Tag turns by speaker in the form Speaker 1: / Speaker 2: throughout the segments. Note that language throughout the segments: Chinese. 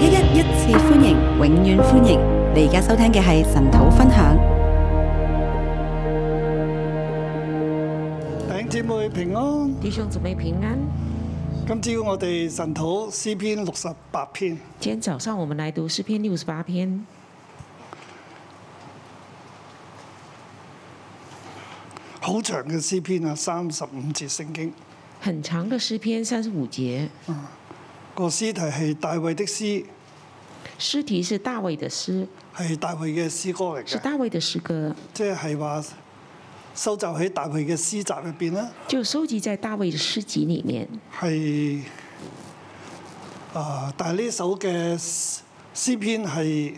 Speaker 1: 一一一次歡迎，永遠歡迎！你而家收聽嘅係神土分享。
Speaker 2: 弟兄姊妹平安，
Speaker 3: 弟兄姊妹平安，
Speaker 2: 今朝我哋神土詩篇六十八篇，
Speaker 3: 今天早上我们来读诗篇六十八篇。
Speaker 2: 好長嘅詩篇啊，三十五節聖經。
Speaker 3: 很长的诗篇，三十五节，
Speaker 2: 個詩題係大衛的詩，
Speaker 3: 诗题是大卫的诗，
Speaker 2: 係大衛嘅詩歌嚟
Speaker 3: 是
Speaker 2: 嘅，
Speaker 3: 大卫的诗歌，
Speaker 2: 即係話收集喺大衛嘅詩集入邊啦，
Speaker 3: 就收集在大卫的诗集里面。
Speaker 2: 係啊，但係呢首嘅詩詩篇係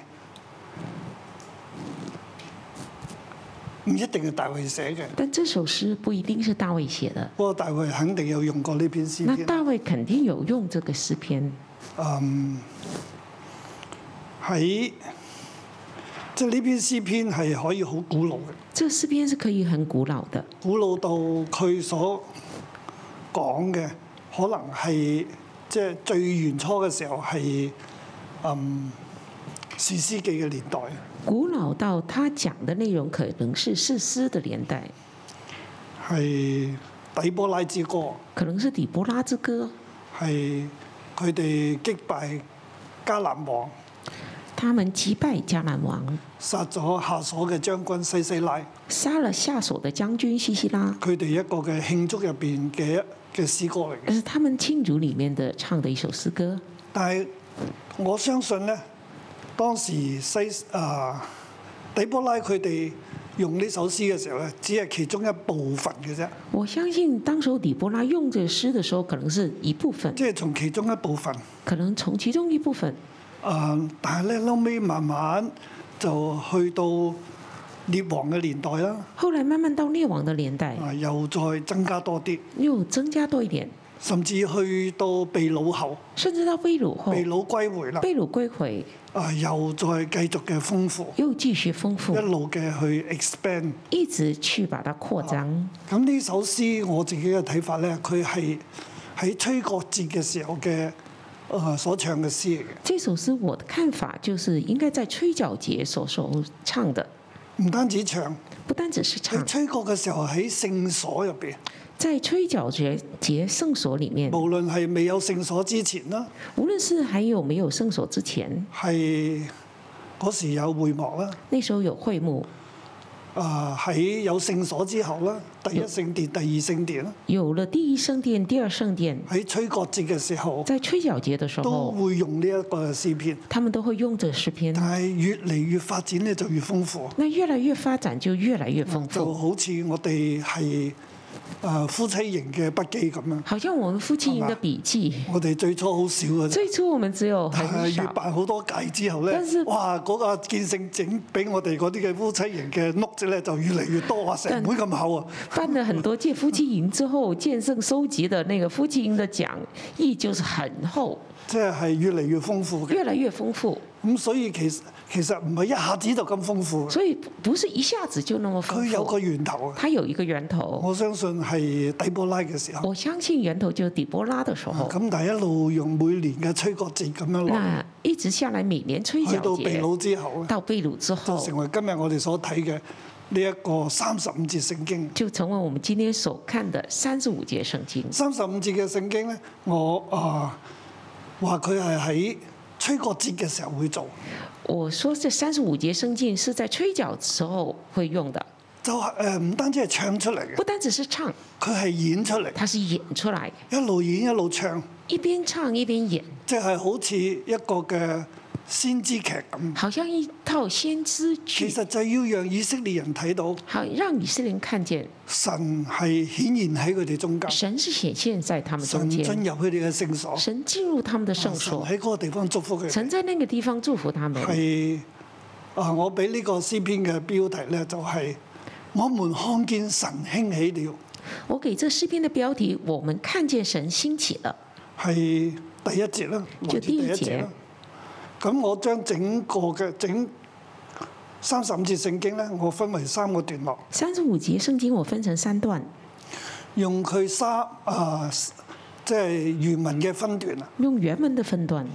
Speaker 2: 唔一定係大衛寫嘅，
Speaker 3: 但这首诗不一定是大卫写的，
Speaker 2: 不過大衛肯定有用過呢篇詩
Speaker 3: 那
Speaker 2: 篇。
Speaker 3: 大卫肯定有用这个诗篇。
Speaker 2: 喺即係呢篇詩篇係可以好古老嘅，
Speaker 3: 这诗篇是可以很古老的，
Speaker 2: 古老到佢所講嘅可能係即係最原初嘅時候係嗯士師記嘅年代，
Speaker 3: 古老到他讲的内容可能是士师的年代，
Speaker 2: 係底波拉之歌，
Speaker 3: 可能是底波拉之歌，
Speaker 2: 係佢哋擊敗迦南王，
Speaker 3: 他们击败迦南王，
Speaker 2: 殺咗下所嘅將軍西西拉，
Speaker 3: 杀了下手的将军西西拉。
Speaker 2: 佢哋一個嘅慶祝入邊嘅一嘅詩歌嚟嘅。
Speaker 3: 而是他们庆祝里面的唱的一首诗歌。
Speaker 2: 但係我相信咧，當時西啊底波拉佢哋用呢首詩嘅時候咧，只係其中一部分嘅啫，
Speaker 3: 我相信当时候底波拉用这诗的时候，可能是一部分，
Speaker 2: 即係從其中一部分。
Speaker 3: 可能从其中一部分。
Speaker 2: 啊、但係咧後尾慢慢就去到列王嘅年代啦，
Speaker 3: 后来慢慢到列王的年代，
Speaker 2: 啊、又再增加多啲，
Speaker 3: 又增加多一点，
Speaker 2: 甚至去到被擄後、
Speaker 3: 甚至到被掳后，
Speaker 2: 被擄歸回啦，
Speaker 3: 被掳归回，
Speaker 2: 啊、又再繼續嘅豐富，
Speaker 3: 又继续丰富
Speaker 2: 一，路嘅去 expand。
Speaker 3: 一直去把它扩张。
Speaker 2: 咁呢首詩我自己嘅睇法咧，佢係喺吹角節嘅時候嘅誒、呃所唱嘅詩嚟
Speaker 3: 这首诗我的看法就是应该在吹角节所首唱的，
Speaker 2: 嘅，唔單止唱，
Speaker 3: 不单只是
Speaker 2: 喺
Speaker 3: 唱，
Speaker 2: 吹角嘅時候喺聖所入邊，
Speaker 3: 在吹角节节圣所里面，
Speaker 2: 無論係未有聖所之前啦，
Speaker 3: 无论是还有没有圣所之前，
Speaker 2: 係嗰時有會幕啦，
Speaker 3: 那时候有会幕，
Speaker 2: 啊、喺有聖所之後啦，第一聖殿、第二聖殿啦，
Speaker 3: 有了第一圣殿、第二圣殿，
Speaker 2: 喺吹角節嘅時候
Speaker 3: 在吹角节的时
Speaker 2: 都
Speaker 3: 候，
Speaker 2: 會用呢一個詩篇，
Speaker 3: 他们都会用这诗篇
Speaker 2: 但。係越嚟越發展咧就越豐富。
Speaker 3: 那越来越发展，就越来越丰
Speaker 2: 就
Speaker 3: 富，
Speaker 2: 好似我哋係誒夫妻型嘅筆記咁樣，
Speaker 3: 好像我们夫妻营的笔记。
Speaker 2: 我哋最初好少嘅啫，
Speaker 3: 最初我们只有
Speaker 2: 但
Speaker 3: 很
Speaker 2: 係越
Speaker 3: 少，
Speaker 2: 辦好多屆之後咧
Speaker 3: 但是，
Speaker 2: 哇！嗰、個見證整俾我哋嗰啲嘅夫妻型嘅 note 咧，就越嚟越多啊，成
Speaker 3: 但
Speaker 2: 本咁厚啊！
Speaker 3: 办了很多届夫妻营之后，见证收集的那个夫妻营的讲义就是很厚，
Speaker 2: 即係越嚟越豐富嘅。
Speaker 3: 越来越丰富。
Speaker 2: 咁所以其實其實唔係一下子就咁豐富嘅，
Speaker 3: 所以不是一下子就那么丰
Speaker 2: 佢有個
Speaker 3: 富，
Speaker 2: 源頭嘅。
Speaker 3: 它有一个源头。
Speaker 2: 我相信係底波拉嘅時候，
Speaker 3: 我相信源头就是底波拉的时候，
Speaker 2: 咁但係一路用每年嘅吹角節咁樣落，
Speaker 3: 那一直下来每年吹
Speaker 2: 去
Speaker 3: 角
Speaker 2: 啊到秘
Speaker 3: 节
Speaker 2: 魯之後咧。
Speaker 3: 到被掳之
Speaker 2: 就
Speaker 3: 后
Speaker 2: 成，為今日我哋所睇嘅呢一個三十五節聖經。
Speaker 3: 就成为我们今天所看的三十五节圣经。
Speaker 2: 三十五節嘅聖經咧，我啊話佢係喺吹角節嘅時候會做，
Speaker 3: 我说这三十五节圣经是在吹角时候会用的，
Speaker 2: 就係誒唔單止係唱出嚟嘅，
Speaker 3: 不单只是唱，
Speaker 2: 佢係演出嚟，
Speaker 3: 它是演出来，
Speaker 2: 一路演一路唱，
Speaker 3: 一边唱一边演，
Speaker 2: 即係好似一個嘅先知劇咁。
Speaker 3: 好像一套先知
Speaker 2: 其
Speaker 3: 剧，
Speaker 2: 實就要讓以色列人睇到
Speaker 3: 好让以色列人看见
Speaker 2: 神係顯現喺佢哋中間，
Speaker 3: 神是显现在他们中
Speaker 2: 神啊進
Speaker 3: 间，
Speaker 2: 入佢哋嘅聖所，神
Speaker 3: 神进入他们的圣所，
Speaker 2: 喺嗰個地方祝福佢哋。
Speaker 3: 神在那个地方祝福他们。
Speaker 2: 係啊！我俾呢個詩篇嘅標題咧，就係、我們看見神興起了，
Speaker 3: 我給这诗篇的标题，我们看见神兴起了，
Speaker 2: 係第一節啦，來
Speaker 3: 就
Speaker 2: 自
Speaker 3: 第
Speaker 2: 第
Speaker 3: 一
Speaker 2: 一節啦。咁我將整個嘅整三十五節聖經咧，我分為三個段落，
Speaker 3: 三十五节圣经我分成三段，
Speaker 2: 用佢三啊，即係原文嘅分段啊，
Speaker 3: 用原文的分段，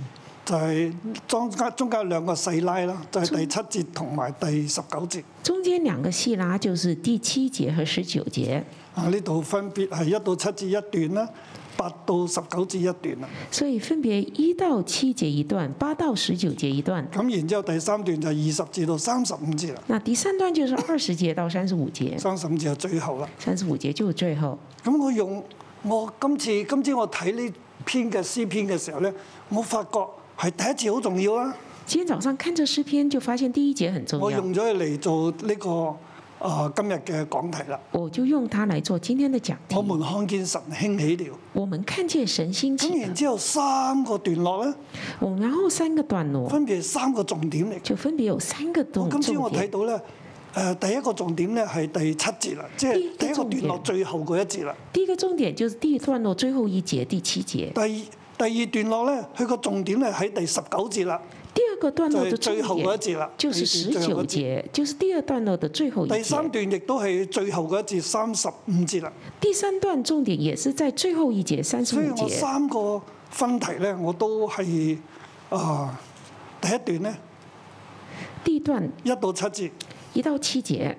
Speaker 2: 就係中間中間有兩個細拉啦，就係、第七節同埋第十九節。
Speaker 3: 中间两个细拉就是第七节和十九节，
Speaker 2: 啊，呢度分別係一到七節一段啦，八到十九節一段啦。
Speaker 3: 所以分别一到七节一段，八到十九节一段。
Speaker 2: 咁然之後第三段就二十至到三十五節啦，
Speaker 3: 那第三段就是二十节到三十五节，
Speaker 2: 三十五節就最後啦。
Speaker 3: 三十五节就是最后。
Speaker 2: 咁我用我今次今朝我睇呢篇嘅詩篇嘅時候咧，我發覺係第一次好重要啦。
Speaker 3: 今天早上看这诗篇，就发现第一节很重
Speaker 2: 我
Speaker 3: 要，
Speaker 2: 用咗佢嚟做呢、個呃今日嘅講題啦。
Speaker 3: 我就用它来做今天的讲题
Speaker 2: 我。們看見神興起了。
Speaker 3: 我们看见神兴
Speaker 2: 咁
Speaker 3: 起
Speaker 2: 然
Speaker 3: 了，
Speaker 2: 之後三個段落咧，
Speaker 3: 我然后三个段落
Speaker 2: 分別係三個重點嚟。
Speaker 3: 就分别有三个
Speaker 2: 我
Speaker 3: 嗯重
Speaker 2: 今朝
Speaker 3: 重
Speaker 2: 我睇
Speaker 3: 点。
Speaker 2: 到咧，誒、第一個重點咧係第七節啦，即係第一個段落最後嗰一節啦。
Speaker 3: 第一个重点就是第一段落最后一节第七节，
Speaker 2: 第二第二段落咧，佢個重點咧喺第十九節啦，
Speaker 3: 第二个段
Speaker 2: 就
Speaker 3: 落
Speaker 2: 係
Speaker 3: 的
Speaker 2: 最後
Speaker 3: 重
Speaker 2: 嗰一
Speaker 3: 点
Speaker 2: 節啦。
Speaker 3: 就是十
Speaker 2: 第二段最後
Speaker 3: 九
Speaker 2: 嗰節。
Speaker 3: 节，就是第二段落的最后
Speaker 2: 第
Speaker 3: 一节。
Speaker 2: 三段亦都係最後嗰一節三十五節啦。
Speaker 3: 第三段重点也是在最后一节三十
Speaker 2: 所以
Speaker 3: 五
Speaker 2: 我
Speaker 3: 节。
Speaker 2: 三個分題咧，我都係啊、第一段咧
Speaker 3: 第一段
Speaker 2: 一到七節，
Speaker 3: 一到七节，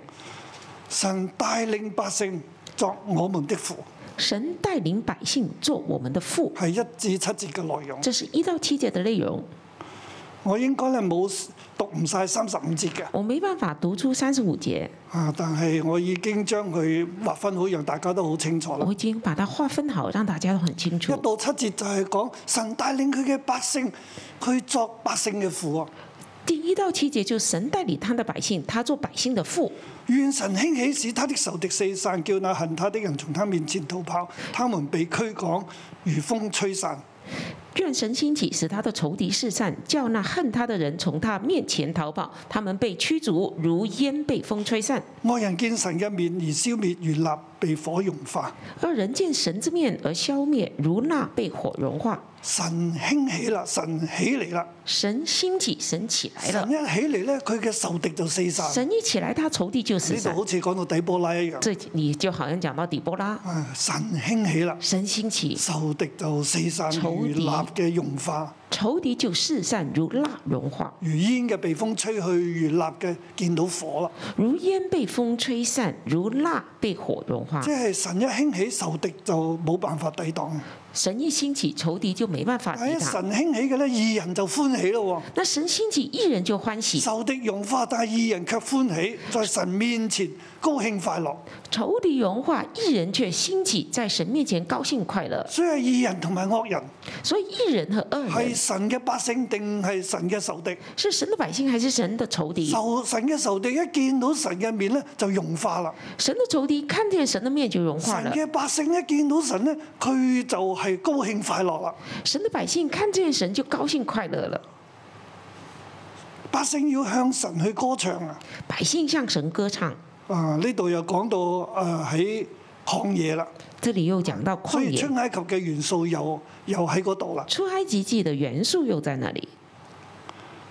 Speaker 2: 神帶領百姓作我們的父。
Speaker 3: 神带领百姓做我们的父，
Speaker 2: 係一至七節嘅內容。
Speaker 3: 这是一到七节的内容。
Speaker 2: 我應該咧冇讀唔晒三十五節嘅，
Speaker 3: 我没办法读出三十五节，
Speaker 2: 啊！但係我已經將佢劃分好，讓大家都好清楚啦
Speaker 3: 我。已经把它划分好，让大家都很清楚
Speaker 2: 一。到七節就係講神帶領佢嘅百姓，佢作百姓嘅父啊！
Speaker 3: 第一到七节就是神代理他的百姓，他做百姓的父。
Speaker 2: 願神興起，使他的仇敵四散，叫那恨他的人從他面前逃跑。他們被驅趕，如風吹散。
Speaker 3: 愿神兴起，使他的仇敌四散，叫那恨他的人从他面前逃跑。他们被驱逐，如烟被风吹散。
Speaker 2: 惡人見神嘅面而消滅，如蠟被火融化。
Speaker 3: 恶人见神之面而消灭，如蜡被火融化。
Speaker 2: 神興起啦，神起嚟啦，
Speaker 3: 神兴起，神起来
Speaker 2: 神
Speaker 3: 了
Speaker 2: 一。起嚟咧，佢嘅仇敵就四散。
Speaker 3: 神一起来，他仇敌就四
Speaker 2: 呢度
Speaker 3: 散。
Speaker 2: 好似講到底波拉一樣，
Speaker 3: 这你就好像讲到底波拉，
Speaker 2: 啊神興起啦，
Speaker 3: 神兴起，
Speaker 2: 仇敵就四散，
Speaker 3: 仇
Speaker 2: 如
Speaker 3: 敵
Speaker 2: 蠟嘅融化，
Speaker 3: 仇敌就四散，如蜡融化，
Speaker 2: 如煙嘅被風吹去，如蠟嘅見到火啦。
Speaker 3: 如烟被风吹散，如蜡被火融化
Speaker 2: 即。係神一興起，仇敵就冇辦法抵擋。
Speaker 3: 神一兴起，仇敌就没办法
Speaker 2: 但係
Speaker 3: 抵
Speaker 2: 一哎神
Speaker 3: 挡。
Speaker 2: 興起嘅咧，義人就歡喜咯
Speaker 3: 那神兴起，一人就欢
Speaker 2: 喎。
Speaker 3: 喜；
Speaker 2: 仇敵融化，但係義人卻歡喜，在神面前高興快樂。
Speaker 3: 仇敌融化，一人却兴起，在神面前高兴快乐。
Speaker 2: 所以係義人同埋惡人
Speaker 3: 所以，一人和恶
Speaker 2: 係
Speaker 3: 人
Speaker 2: 神嘅百姓定係神嘅仇敵？
Speaker 3: 是神的百姓还是神的仇敌？
Speaker 2: 仇神嘅仇敵一見到神嘅面咧，就融化啦。
Speaker 3: 神的仇敌看见神的面就融化
Speaker 2: 神
Speaker 3: 了，
Speaker 2: 嘅百姓一見到神咧，佢就係高興快樂啦。
Speaker 3: 神的百姓看见神就高兴快乐了。
Speaker 2: 百姓要向神去歌唱啊！
Speaker 3: 百姓向神歌唱。
Speaker 2: 啊，呢度又講到啊誒喺曠野啦，
Speaker 3: 这里又讲到
Speaker 2: 所
Speaker 3: 旷
Speaker 2: 以
Speaker 3: 野
Speaker 2: 出，埃及嘅元素又又喺嗰度啦。
Speaker 3: 出埃及记的元素又在那里。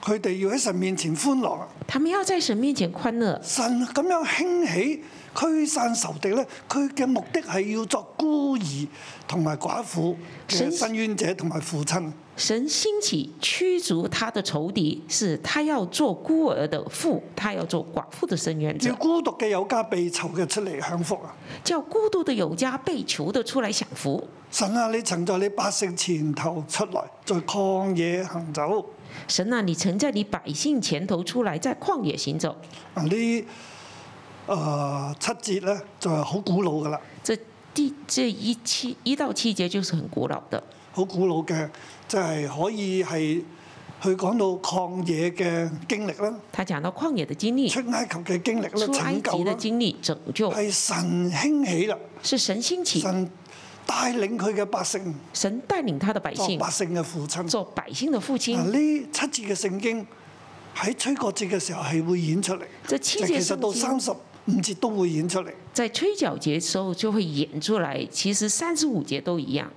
Speaker 2: 佢哋要喺神面前歡樂啊！
Speaker 3: 他们要在神面前欢乐，
Speaker 2: 神咁樣興起驅散仇敵咧，佢嘅目的係要作孤兒同埋寡婦嘅
Speaker 3: 神
Speaker 2: 伸冤者同埋父親。
Speaker 3: 神兴起驱逐他的仇敌，是他要做孤儿的父，他要做寡妇的伸冤
Speaker 2: 要
Speaker 3: 者，
Speaker 2: 孤獨嘅有家被囚嘅出嚟享福啊！
Speaker 3: 叫孤独的有家被囚的出来享福。
Speaker 2: 神啊，你曾在你百姓前頭出來，在曠野行走。
Speaker 3: 神啊，你曾在你百姓前头出来，在旷野行走。
Speaker 2: 啊，呢誒、呃七節咧就係好古老噶啦，
Speaker 3: 这第这一期一到七节就是很古老的，
Speaker 2: 好古老嘅，就係、可以係去講到曠野嘅經歷啦，
Speaker 3: 他讲到旷野的经历、
Speaker 2: 出埃及嘅經歷啦，
Speaker 3: 嗯出
Speaker 2: 拯
Speaker 3: 埃及
Speaker 2: 救
Speaker 3: 的
Speaker 2: 啦，
Speaker 3: 经历、拯救，
Speaker 2: 係神興起啦，
Speaker 3: 是神兴起，
Speaker 2: 神帶領佢嘅百姓
Speaker 3: 神带领他的百
Speaker 2: 作
Speaker 3: 姓
Speaker 2: 百姓嘅父親。
Speaker 3: 做百姓的父亲
Speaker 2: 啊，。呢七節嘅聖經喺吹角節嘅時候係會演出嚟，
Speaker 3: 这
Speaker 2: 就
Speaker 3: 七
Speaker 2: 其
Speaker 3: 节
Speaker 2: 實
Speaker 3: 圣
Speaker 2: 到
Speaker 3: 经
Speaker 2: 三十五節都會演出嚟。
Speaker 3: 在吹角节的时候就会演出来，其实三十五节都一样。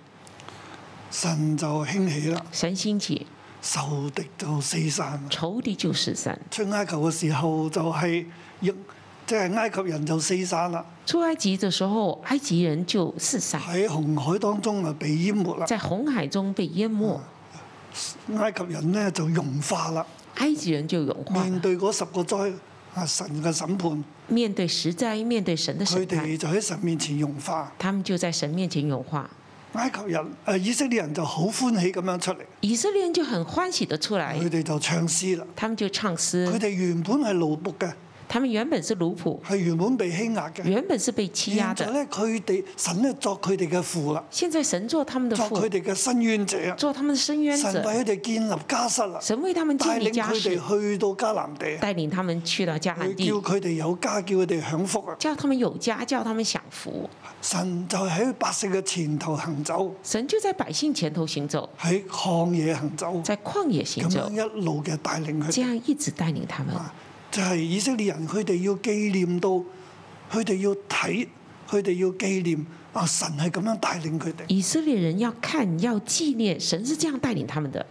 Speaker 2: 神就興起啦，
Speaker 3: 神兴起，
Speaker 2: 仇敵就四散啦。
Speaker 3: 仇敌就四散；
Speaker 2: 出埃及嘅時候就係、要即係埃及人就四散啦，
Speaker 3: 出埃及的时候，埃及
Speaker 2: 哎
Speaker 3: 人就四散，
Speaker 2: 喺紅海當中啊被淹沒啦。嗯
Speaker 3: 在红海中被淹没。
Speaker 2: 埃及人咧就融化啦。
Speaker 3: 埃及人就融化
Speaker 2: 面
Speaker 3: 了。
Speaker 2: 對嗰十個災啊神嘅審判，
Speaker 3: 面對十災，面對神的
Speaker 2: 佢
Speaker 3: 審
Speaker 2: 哋
Speaker 3: 判，
Speaker 2: 就喺神面前融化。
Speaker 3: 他們就在神面前融化。
Speaker 2: 埃及人誒、呃以色列人就好歡喜咁樣出嚟，
Speaker 3: 以色列人就很歡喜的出來
Speaker 2: 佢，哋就唱詩啦。
Speaker 3: 他們就唱
Speaker 2: 佢
Speaker 3: 詩。
Speaker 2: 哋原本係奴仆嘅，
Speaker 3: 他們原本是奴仆，
Speaker 2: 係原本被欺壓嘅。
Speaker 3: 原本是被欺壓
Speaker 2: 現在
Speaker 3: 的，
Speaker 2: 咧，佢哋神咧作佢哋嘅父啦，
Speaker 3: 現在神做他們的
Speaker 2: 作佢
Speaker 3: 父，
Speaker 2: 哋嘅伸冤者啊。
Speaker 3: 做他們的伸冤
Speaker 2: 神
Speaker 3: 者，
Speaker 2: 為佢哋建立家室啦，
Speaker 3: 神為他們
Speaker 2: 帶
Speaker 3: 建立
Speaker 2: 領
Speaker 3: 家
Speaker 2: 佢
Speaker 3: 室，
Speaker 2: 哋去到迦南地啊，
Speaker 3: 帶領他們去到迦南
Speaker 2: 佢
Speaker 3: 地
Speaker 2: 叫，佢哋有家，叫佢哋享福啊。
Speaker 3: 叫他們有家，叫他們享福。
Speaker 2: 神就喺百姓嘅前頭行走，
Speaker 3: 神就在百姓前頭行走，
Speaker 2: 喺曠野行走。
Speaker 3: 在曠野
Speaker 2: 咁
Speaker 3: 行
Speaker 2: 樣
Speaker 3: 走，
Speaker 2: 一路嘅帶領佢
Speaker 3: 這
Speaker 2: 哋，
Speaker 3: 樣一直帶領他們。
Speaker 2: 啊就係、以色列人佢哋要紀念到，佢哋要睇，佢哋要紀念啊！神係咁樣帶領佢哋，
Speaker 3: 以色列人要看，要紀念，神是這樣帶領他們的。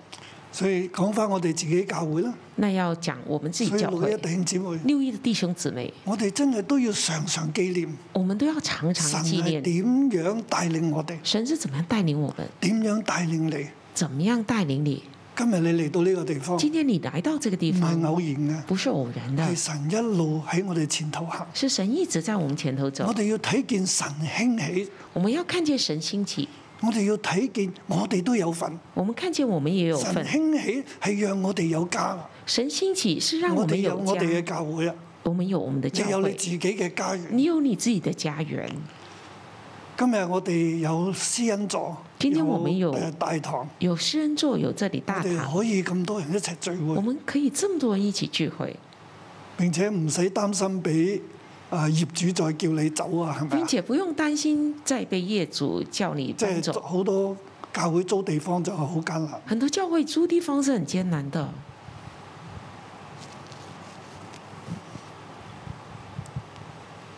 Speaker 2: 所以講翻我哋自己教會啦，
Speaker 3: 那要講我們自
Speaker 2: 所
Speaker 3: 己
Speaker 2: 以
Speaker 3: 教
Speaker 2: 六一
Speaker 3: 會
Speaker 2: 弟兄姊妹，
Speaker 3: 六一的弟兄姊妹，
Speaker 2: 我哋真係都要常常紀念
Speaker 3: 我們都要常
Speaker 2: 神
Speaker 3: 常紀
Speaker 2: 係
Speaker 3: 念
Speaker 2: 點樣帶領我哋，
Speaker 3: 神是怎麼樣帶領我們，
Speaker 2: 點樣帶領你。
Speaker 3: 怎麼樣帶領你。
Speaker 2: 今日你嚟到呢個地方，
Speaker 3: 今
Speaker 2: 唔
Speaker 3: 天你來到這個地
Speaker 2: 係
Speaker 3: 方，
Speaker 2: 偶然
Speaker 3: 不是偶然
Speaker 2: 嘅，
Speaker 3: 的
Speaker 2: 係，神一路喺我哋前頭行。
Speaker 3: 是神一直在我們前頭走
Speaker 2: 我。哋要睇見神興起，
Speaker 3: 我們要看見神興起，
Speaker 2: 我哋要睇見我哋都有份。
Speaker 3: 我們看見我們也有
Speaker 2: 神
Speaker 3: 份。
Speaker 2: 興起係讓我哋有家啦，
Speaker 3: 神興起是讓我
Speaker 2: 我哋
Speaker 3: 們
Speaker 2: 有
Speaker 3: 有
Speaker 2: 我哋嘅
Speaker 3: 家，
Speaker 2: 教會啊，
Speaker 3: 我們有我們的
Speaker 2: 你
Speaker 3: 教
Speaker 2: 有你
Speaker 3: 會，
Speaker 2: 自己嘅家園。
Speaker 3: 你有你自己的家園。
Speaker 2: 今日我哋有私隱座，
Speaker 3: 今天我們有
Speaker 2: 誒大堂，
Speaker 3: 有诗人座，有這裡
Speaker 2: 我
Speaker 3: 大
Speaker 2: 哋
Speaker 3: 堂，
Speaker 2: 可以咁多人一齊聚
Speaker 3: 我
Speaker 2: 會，
Speaker 3: 們可以這麼多人一起聚會，
Speaker 2: 並且唔使擔心俾啊業主再叫你走啊，係咪
Speaker 3: 並
Speaker 2: 啊？
Speaker 3: 且不用擔心再被業主叫你
Speaker 2: 即
Speaker 3: 搬
Speaker 2: 係
Speaker 3: 走。
Speaker 2: 好多教會租地方就好艱難。
Speaker 3: 很多教會租地方是很艱難的，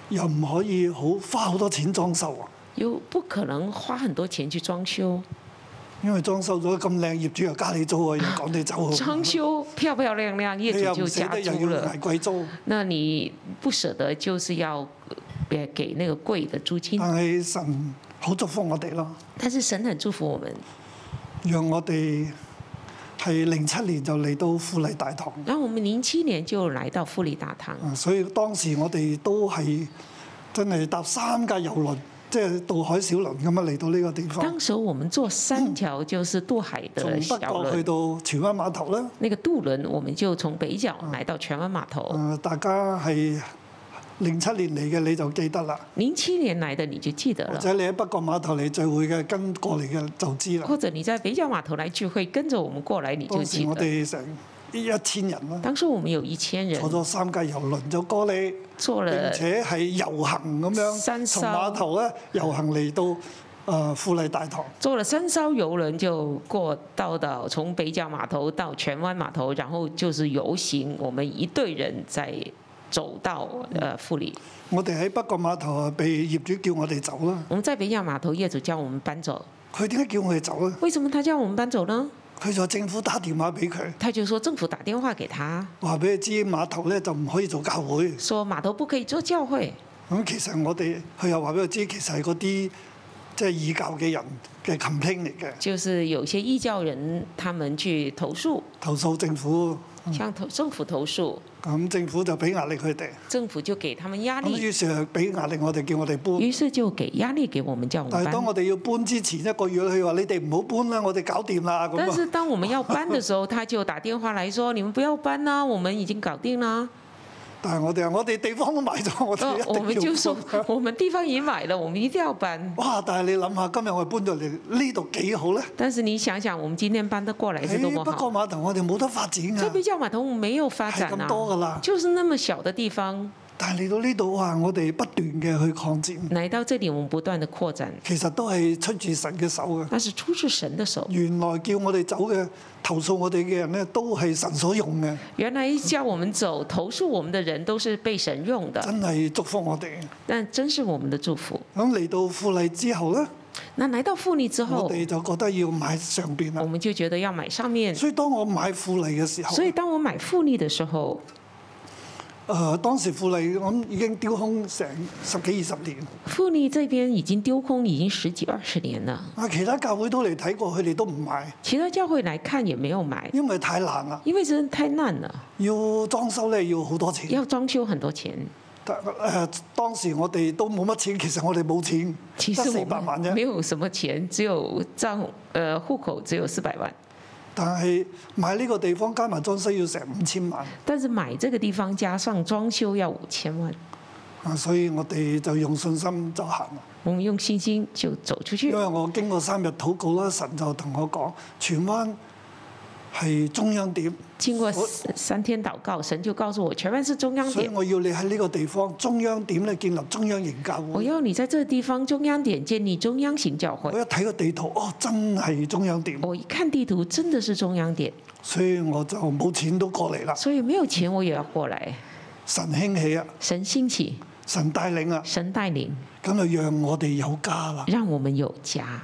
Speaker 2: 又唔可以好花好多錢裝修啊，
Speaker 3: 又不可能花很多錢去裝修。
Speaker 2: 因為裝修咗咁靚，業主又加你租啊， 又趕你走啊，
Speaker 3: 裝修漂漂亮亮，業
Speaker 2: 你又
Speaker 3: 主就
Speaker 2: 唔捨
Speaker 3: 加
Speaker 2: 得
Speaker 3: 租
Speaker 2: 又要
Speaker 3: 了
Speaker 2: 捱。貴租。
Speaker 3: 那你不捨得，就是要呃給那個貴的租金。
Speaker 2: 但係神好祝福我哋咯，
Speaker 3: 但是神很祝福我們，
Speaker 2: 讓我哋係零七年就嚟到富麗大堂。
Speaker 3: 然後我們零七年就來到富麗大堂，
Speaker 2: 啊所以當時我哋都係真係搭三架遊輪，即係渡海小輪咁樣嚟到呢個地方，
Speaker 3: 當時候我們坐三條就是渡海
Speaker 2: 從
Speaker 3: 的小
Speaker 2: 北角去
Speaker 3: 輪，
Speaker 2: 到荃灣碼頭啦。
Speaker 3: 那個渡輪我們就從北角來到荃灣碼頭。
Speaker 2: 啊大家係零七年嚟嘅你就記得啦，
Speaker 3: 零七年來的你就記得
Speaker 2: 或
Speaker 3: 了，
Speaker 2: 者你喺北角碼頭嚟聚會嘅跟過嚟嘅就知啦。
Speaker 3: 或者你在北角碼頭來聚會，跟着我們過來你就
Speaker 2: 當
Speaker 3: 記
Speaker 2: 時我
Speaker 3: 得。
Speaker 2: 哋成一千人啦，
Speaker 3: 當時我們有一千人
Speaker 2: 坐咗三架遊輪就過嚟。
Speaker 3: 坐
Speaker 2: 並
Speaker 3: 了，
Speaker 2: 且係遊行咁
Speaker 3: 新
Speaker 2: 樣，
Speaker 3: 收
Speaker 2: 從碼頭咧遊行嚟到誒、呃富麗大堂，
Speaker 3: 坐了三艘遊輪就過到到從北角碼頭到荃灣碼頭，然後就是遊行，我們一隊人在走到
Speaker 2: 嗯
Speaker 3: 呃富里。
Speaker 2: 我哋喺北角碼頭啊，被業主叫我哋走啦。
Speaker 3: 我們在北角碼頭，業主叫我們搬走，
Speaker 2: 佢點解叫我哋走咧？
Speaker 3: 為什麼他叫我們搬走呢？
Speaker 2: 佢就話政府打電話俾佢，
Speaker 3: 他就說政府打電話給他，
Speaker 2: 話俾佢知碼頭咧就唔可以做教會。
Speaker 3: 說碼頭不可以做教會。
Speaker 2: 咁其實我哋佢又話俾佢知，其實係嗰啲即係異教嘅人嘅 complain 嚟嘅，
Speaker 3: 就是有些異教人他們去投訴，
Speaker 2: 投訴政府。
Speaker 3: 向投政府投訴，
Speaker 2: 咁政府就俾壓力佢哋，
Speaker 3: 政府就給他們壓
Speaker 2: 咁
Speaker 3: 力，
Speaker 2: 於是就俾壓力我哋叫我哋搬。
Speaker 3: 於是就給壓力給我們叫我
Speaker 2: 但
Speaker 3: 們
Speaker 2: 係當
Speaker 3: 搬。
Speaker 2: 我哋要搬之前一個月，佢話你哋唔好搬啦，我哋搞掂啦咁
Speaker 3: 但
Speaker 2: 啊
Speaker 3: 是。當我們要搬的時候，他就打電話來說：“你們不要搬啦、我們已經搞定啦。
Speaker 2: 但係我哋話我哋地方都買咗，我哋
Speaker 3: 呃
Speaker 2: 一定要搬：“
Speaker 3: 我們就說 我們地方已買了，我們一定要搬。
Speaker 2: 哇！但係你諗下，今日我哋搬咗嚟呢度幾好咧？”
Speaker 3: 但是你想想，我們今天搬得過來是多
Speaker 2: 喺
Speaker 3: 麼
Speaker 2: 北角
Speaker 3: 好。
Speaker 2: 碼頭，我哋冇得發展
Speaker 3: 在北
Speaker 2: 㗎，
Speaker 3: 角碼頭我們沒有發
Speaker 2: 係
Speaker 3: 展
Speaker 2: 咁
Speaker 3: 啊，
Speaker 2: 多㗎啦。
Speaker 3: 就是那麼小的地方，
Speaker 2: 但係嚟到呢度，哇！我哋不斷嘅去擴展，
Speaker 3: 来到這裡我們不斷的擴展，
Speaker 2: 其實都係出自神嘅手嘅。
Speaker 3: 那是出自神的手。
Speaker 2: 原來叫我哋走嘅、投訴我哋嘅人咧，都係神所用嘅，
Speaker 3: 原來叫我們走投訴我們的人都是被神用的，
Speaker 2: 真係祝福我哋。
Speaker 3: 但真是我們的祝福。
Speaker 2: 咁嚟到富麗之後咧，
Speaker 3: 那來到富麗之
Speaker 2: 我
Speaker 3: 後，
Speaker 2: 哋就覺得要買上邊
Speaker 3: 我
Speaker 2: 啦。
Speaker 3: 們就覺得要買上面。
Speaker 2: 哦所以當我買富麗嘅時候
Speaker 3: 所，以當我買富麗的時候，
Speaker 2: 誒呃當時富麗，我諗已經丟空成十幾二十年。
Speaker 3: 富利这边已经丢空已经十几二十年了，
Speaker 2: 啊，其他教會都嚟睇過，佢哋都唔買，
Speaker 3: 其他教会来看也没有买，
Speaker 2: 因為太難啦，
Speaker 3: 因为真的太烂了，
Speaker 2: 要裝修咧要好多錢。
Speaker 3: 要装修很多钱。
Speaker 2: 但誒、當時我哋都冇乜錢，其實我哋冇錢，
Speaker 3: 其
Speaker 2: 得
Speaker 3: 实
Speaker 2: 四
Speaker 3: 我
Speaker 2: 百萬
Speaker 3: 们
Speaker 2: 啫。
Speaker 3: 没有什么錢，只有账呃户口只有四百万，
Speaker 2: 但係買呢個地方加埋裝修要成五千萬，
Speaker 3: 但是買這個地方加上裝修要五千万。
Speaker 2: 啊，所以我哋就用信心就行啦。
Speaker 3: 我們用信心就走出去
Speaker 2: 因，為我經過三日禱告啦，神就同我講，荃灣係中央點，
Speaker 3: 經過三三天禱告，神就告訴我，全班是中央
Speaker 2: 所以
Speaker 3: 點，
Speaker 2: 我要你喺呢個地方中央點咧建立中央型教
Speaker 3: 我
Speaker 2: 會。
Speaker 3: 要你在這個地方中央點建立中央型教
Speaker 2: 我
Speaker 3: 會。
Speaker 2: 一睇個地圖，哦，真係中央點，
Speaker 3: 我一看地圖，真的是中央點，
Speaker 2: 所以我就冇錢都過嚟啦。
Speaker 3: 所以沒有錢我也要過來。
Speaker 2: 神興起啊，
Speaker 3: 神興起，
Speaker 2: 神帶領啊，
Speaker 3: 神帶領，
Speaker 2: 咁就讓我哋有家啦。
Speaker 3: 讓我們有家。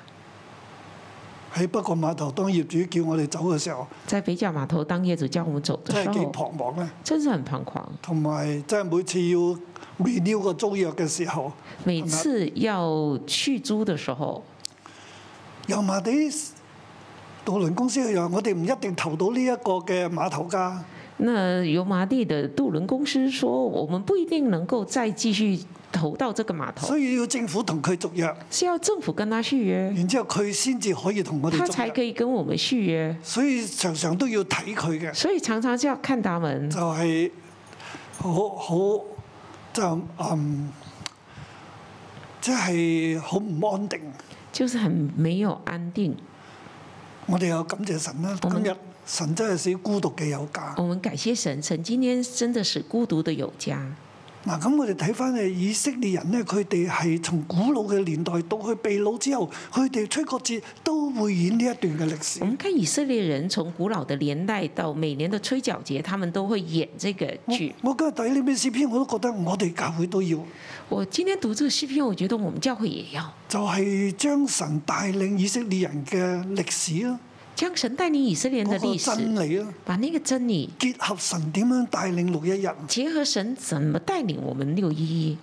Speaker 2: 喺北角碼頭，當業主叫我哋走嘅時候，
Speaker 3: 在北角碼頭當業主叫我們走的
Speaker 2: 真
Speaker 3: 時
Speaker 2: 係幾
Speaker 3: 候，
Speaker 2: 彷徨咧。
Speaker 3: 真是很彷徨。
Speaker 2: 同埋真係每次要 renew 個租約嘅時候，
Speaker 3: 每次要去租的時候，
Speaker 2: 油麻地渡輪公司佢又話：我哋唔一定投到呢一個嘅碼頭㗎。
Speaker 3: 那油麻地的渡輪公司說，我們不一定能夠再繼續投到這個碼頭，
Speaker 2: 所以要政府同佢續約，
Speaker 3: 是要政府跟他續約，
Speaker 2: 然之後佢先至可以同我哋
Speaker 3: 他才
Speaker 2: 續
Speaker 3: 可
Speaker 2: 約。
Speaker 3: 以跟我們續約。
Speaker 2: 所以常常都要睇佢嘅，
Speaker 3: 所以常常就要看他們
Speaker 2: 就，係、好好就嗯，即係好唔安定。
Speaker 3: 就是很沒有安定。
Speaker 2: 我哋又感謝神啦，
Speaker 3: 我
Speaker 2: 今
Speaker 3: 們
Speaker 2: 日神真係使孤獨嘅有家。
Speaker 3: 我們感謝神，神今天真的是孤獨的有家。
Speaker 2: 嗱，咁我哋睇翻誒以色列人咧，佢哋係從古老嘅年代到佢被擄之後，佢哋吹角節都會演呢一段嘅歷
Speaker 3: 我
Speaker 2: 史。
Speaker 3: 們看以色列人從古老的年代到每年的吹角節，他們都會演這個劇。
Speaker 2: 我我今日睇呢篇詩篇，我都覺得我哋教會都要，
Speaker 3: 我今天讀這個詩篇，我覺得我們教會也要
Speaker 2: 就係、將神帶領以色列人嘅歷史啦，
Speaker 3: 將神帶領以色列人
Speaker 2: 嗰、
Speaker 3: 的
Speaker 2: 個
Speaker 3: 歷史，
Speaker 2: 真理啦，
Speaker 3: 把那個真理
Speaker 2: 結合神點樣帶領六一日
Speaker 3: 结合神怎么带领我们六一一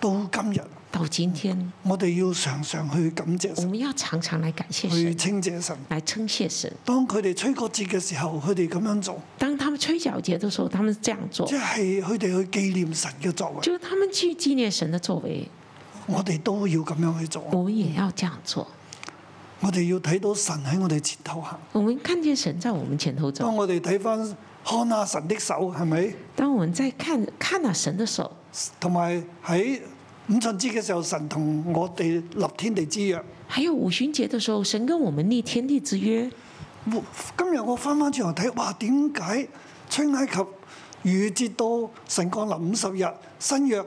Speaker 2: 到今日，
Speaker 3: 到今天，
Speaker 2: 我哋要常常去感謝
Speaker 3: 我
Speaker 2: 神，
Speaker 3: 们要常常来感谢
Speaker 2: 去
Speaker 3: 神，
Speaker 2: 稱謝神。
Speaker 3: 来称谢神。
Speaker 2: 當佢哋吹角節嘅時候，佢哋咁樣做，
Speaker 3: 当他们吹角节的时候，他们这样做
Speaker 2: 即，係佢哋去紀念神嘅作為。
Speaker 3: 就是他们去纪念神的作为，
Speaker 2: 我哋都要咁樣去做，
Speaker 3: 我们也要这样做。
Speaker 2: 我哋要睇到神喺我哋前頭行。
Speaker 3: 我们看见神在我们前头走
Speaker 2: 當，我哋睇翻看下神的手，係咪？
Speaker 3: 当我们在看看了神的手，
Speaker 2: 同埋喺五旬節嘅時候，神同我哋立天地之約。
Speaker 3: 还有五旬节的时候，神跟我们立天地之约。
Speaker 2: 我今日我翻翻轉頭睇，哇！點解出埃及逾節到神降臨五十日，新約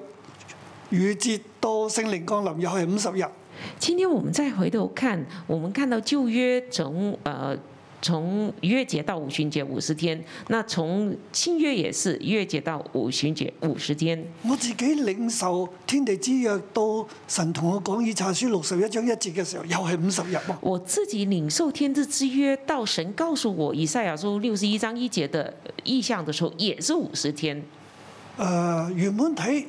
Speaker 2: 逾節到聖靈降臨又係五十日，
Speaker 3: 今天我们再回头看，我们看到旧约从呃从逾越节到五旬节五十天，那从新约也是逾越节到五旬节五十天。
Speaker 2: 我自己領受天地之約到神同我講以賽書六十一章一節嘅時候，又係五十日喎。
Speaker 3: 我自己领受天地之约，到神告诉我以赛亚书六十一章一节的意象的时候，也是五十天。
Speaker 2: 誒、呃原本睇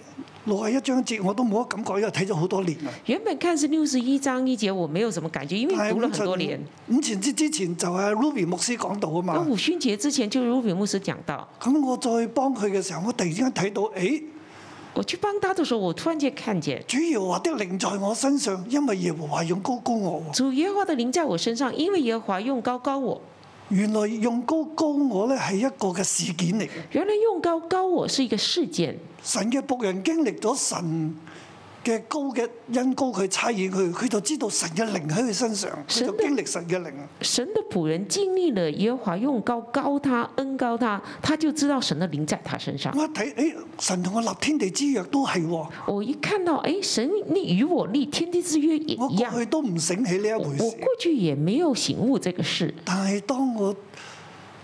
Speaker 2: 六十一章節我都冇乜感覺，因為睇咗好多年啦。
Speaker 3: 原本看是六十一章一节，我没有什么感觉，因为读了很多年。
Speaker 2: 五前節之前就係 Ruby 牧師講到啊
Speaker 3: 那
Speaker 2: 嘛，
Speaker 3: 五旬节之前，就如比牧师讲到，
Speaker 2: 咁我再幫佢嘅時候，我突然之間睇到，誒、
Speaker 3: 我去幫他的时候，我突然间看见
Speaker 2: 主耶和華的靈在我身上，因為耶和華用高高我喎。
Speaker 3: 主耶和华的灵在我身上，因为耶和华用高高我。
Speaker 2: 原來用高高我咧係一個嘅事件嚟嘅，
Speaker 3: 原来用高高我是一个事件，
Speaker 2: 神嘅仆人經歷咗神嘅高嘅恩高，佢差遣佢，佢就知道神嘅靈喺佢身上，佢
Speaker 3: 神
Speaker 2: 就
Speaker 3: 嘅
Speaker 2: 經歷神嘅靈。
Speaker 3: 神的仆人经历了耶和华用高高他恩高他，他就知道神的灵在他身上。
Speaker 2: 我一睇，誒、神同我立天地之約都係喎。
Speaker 3: 我一看到，哎，神立与我立天地之约也
Speaker 2: 我
Speaker 3: 一
Speaker 2: 過
Speaker 3: 样，
Speaker 2: 去都唔醒起呢一回
Speaker 3: 我
Speaker 2: 事，
Speaker 3: 过去也没有醒悟这个事，
Speaker 2: 但係當我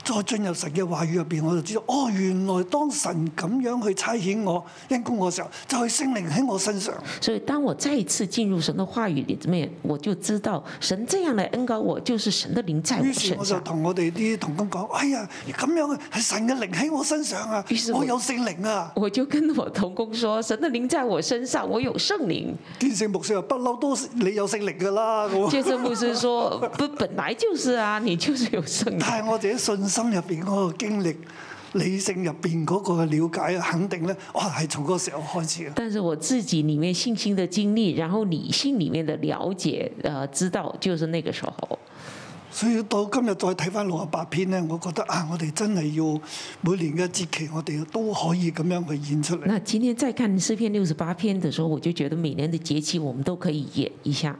Speaker 2: 再進入神嘅話語入邊，我就知道哦，原來當神咁樣去差遣我、恩公我嘅時候，就係聖靈喺我身上。
Speaker 3: 所以當我再一次進入神的話語裡面，我就知道神這樣來恩膏我，就是神的靈在我
Speaker 2: 於是我就
Speaker 3: 身上。
Speaker 2: 同我哋啲同工講：哎呀，咁樣啊，係神嘅靈喺我身上啊
Speaker 3: 於是，我
Speaker 2: 我有聖靈啊！
Speaker 3: 我就跟我同工說，神的靈在我身上，我有聖靈。
Speaker 2: 見聖牧師話：不嬲都你有聖靈㗎啦咁。
Speaker 3: 建身牧師說，不，本來就是啊，你就是有聖靈。
Speaker 2: 但係我自己信心入邊嗰個經歷、理性入邊嗰個了解，啊肯定咧，哇，係從嗰個時候開始啊嘅。
Speaker 3: 但是我自己裡面信心的經歷，然後理性裡面的了解，呃，知道就是那個時候。
Speaker 2: 所以到今日再睇翻六十八篇咧，我覺得啊，我哋真係要每年嘅節期，我哋都可以咁樣去演出嚟。
Speaker 3: 那今天再看詩篇六十八篇的時候，我就覺得每年的節期我們都可以演一下。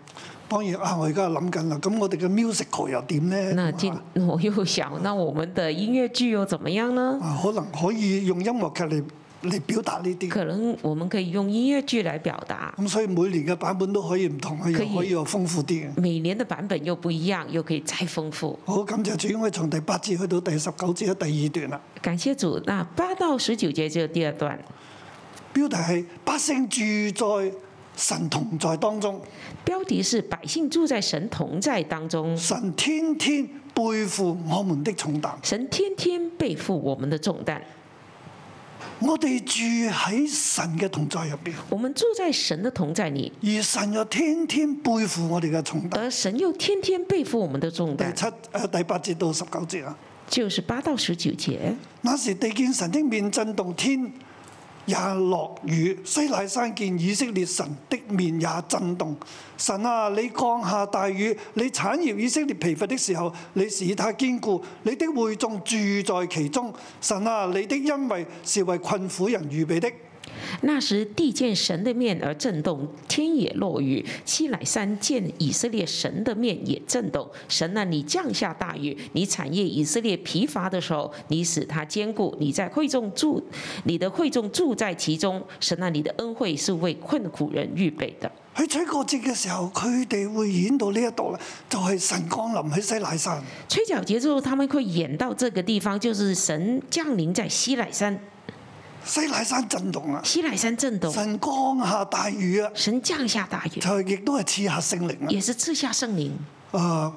Speaker 2: 當然啊，我而家諗緊啦，咁我哋嘅 musical 又點咧？
Speaker 3: 那
Speaker 2: 咁
Speaker 3: 今
Speaker 2: 啊
Speaker 3: 我又想，那我們的音樂劇又怎麼樣呢？
Speaker 2: 啊可能可以用音樂劇嚟嚟表達呢啲。
Speaker 3: 可能我們可以用音樂劇來表達，
Speaker 2: 咁所以每年嘅版本都可以唔同，佢
Speaker 3: 可以
Speaker 2: 又可以又豐富啲嘅。
Speaker 3: 每年的版本又不一樣，又可以再豐富。
Speaker 2: 好，感謝主，我哋從第八節去到第十九節第二段啦。
Speaker 3: 感謝主。那八到十九節就是第二段，
Speaker 2: 標題係百姓住在神同在當中，
Speaker 3: 標題是百姓住在神同在當中，
Speaker 2: 神天天背負我們的重擔。
Speaker 3: 神天天背負我們的重擔。
Speaker 2: 我哋住喺神嘅同在入邊，
Speaker 3: 我們住在神的同在裡，
Speaker 2: 而神又天天背負我哋嘅重擔。
Speaker 3: 而神又天天背負我們的重
Speaker 2: 第
Speaker 3: 擔，
Speaker 2: 七誒、呃第八節到十九節啊，
Speaker 3: 就是八到十九節。
Speaker 2: 那時地見神的面震動，天也落雨；西乃山見以色列神的面也震動。神啊，你降下大雨，你產業以色列疲乏的時候，你使它堅固，你的會眾住在其中。神啊，你的恩惠是為困苦人預備的。
Speaker 3: 那时地见神的面而震动，天也落雨；西乃山见以色列神的面也震动。神啊，你降下大雨，你产业以色列疲乏的时候，你使它坚固。你在会众住，你的会众住在其中。神啊，你的恩惠是为困苦人预备的。
Speaker 2: 喺吹角節嘅時候，佢哋會演到呢一度啦，就係、神降臨喺西乃山。
Speaker 3: 吹角节之后，他们会演到这个地方，就是神降临在西乃山，
Speaker 2: 西乃山震動啦，
Speaker 3: 西乃山震动，
Speaker 2: 神降下大雨啊，
Speaker 3: 神降下大雨，
Speaker 2: 就亦都係賜下聖靈啦。
Speaker 3: 也是赐下圣灵。
Speaker 2: 啊、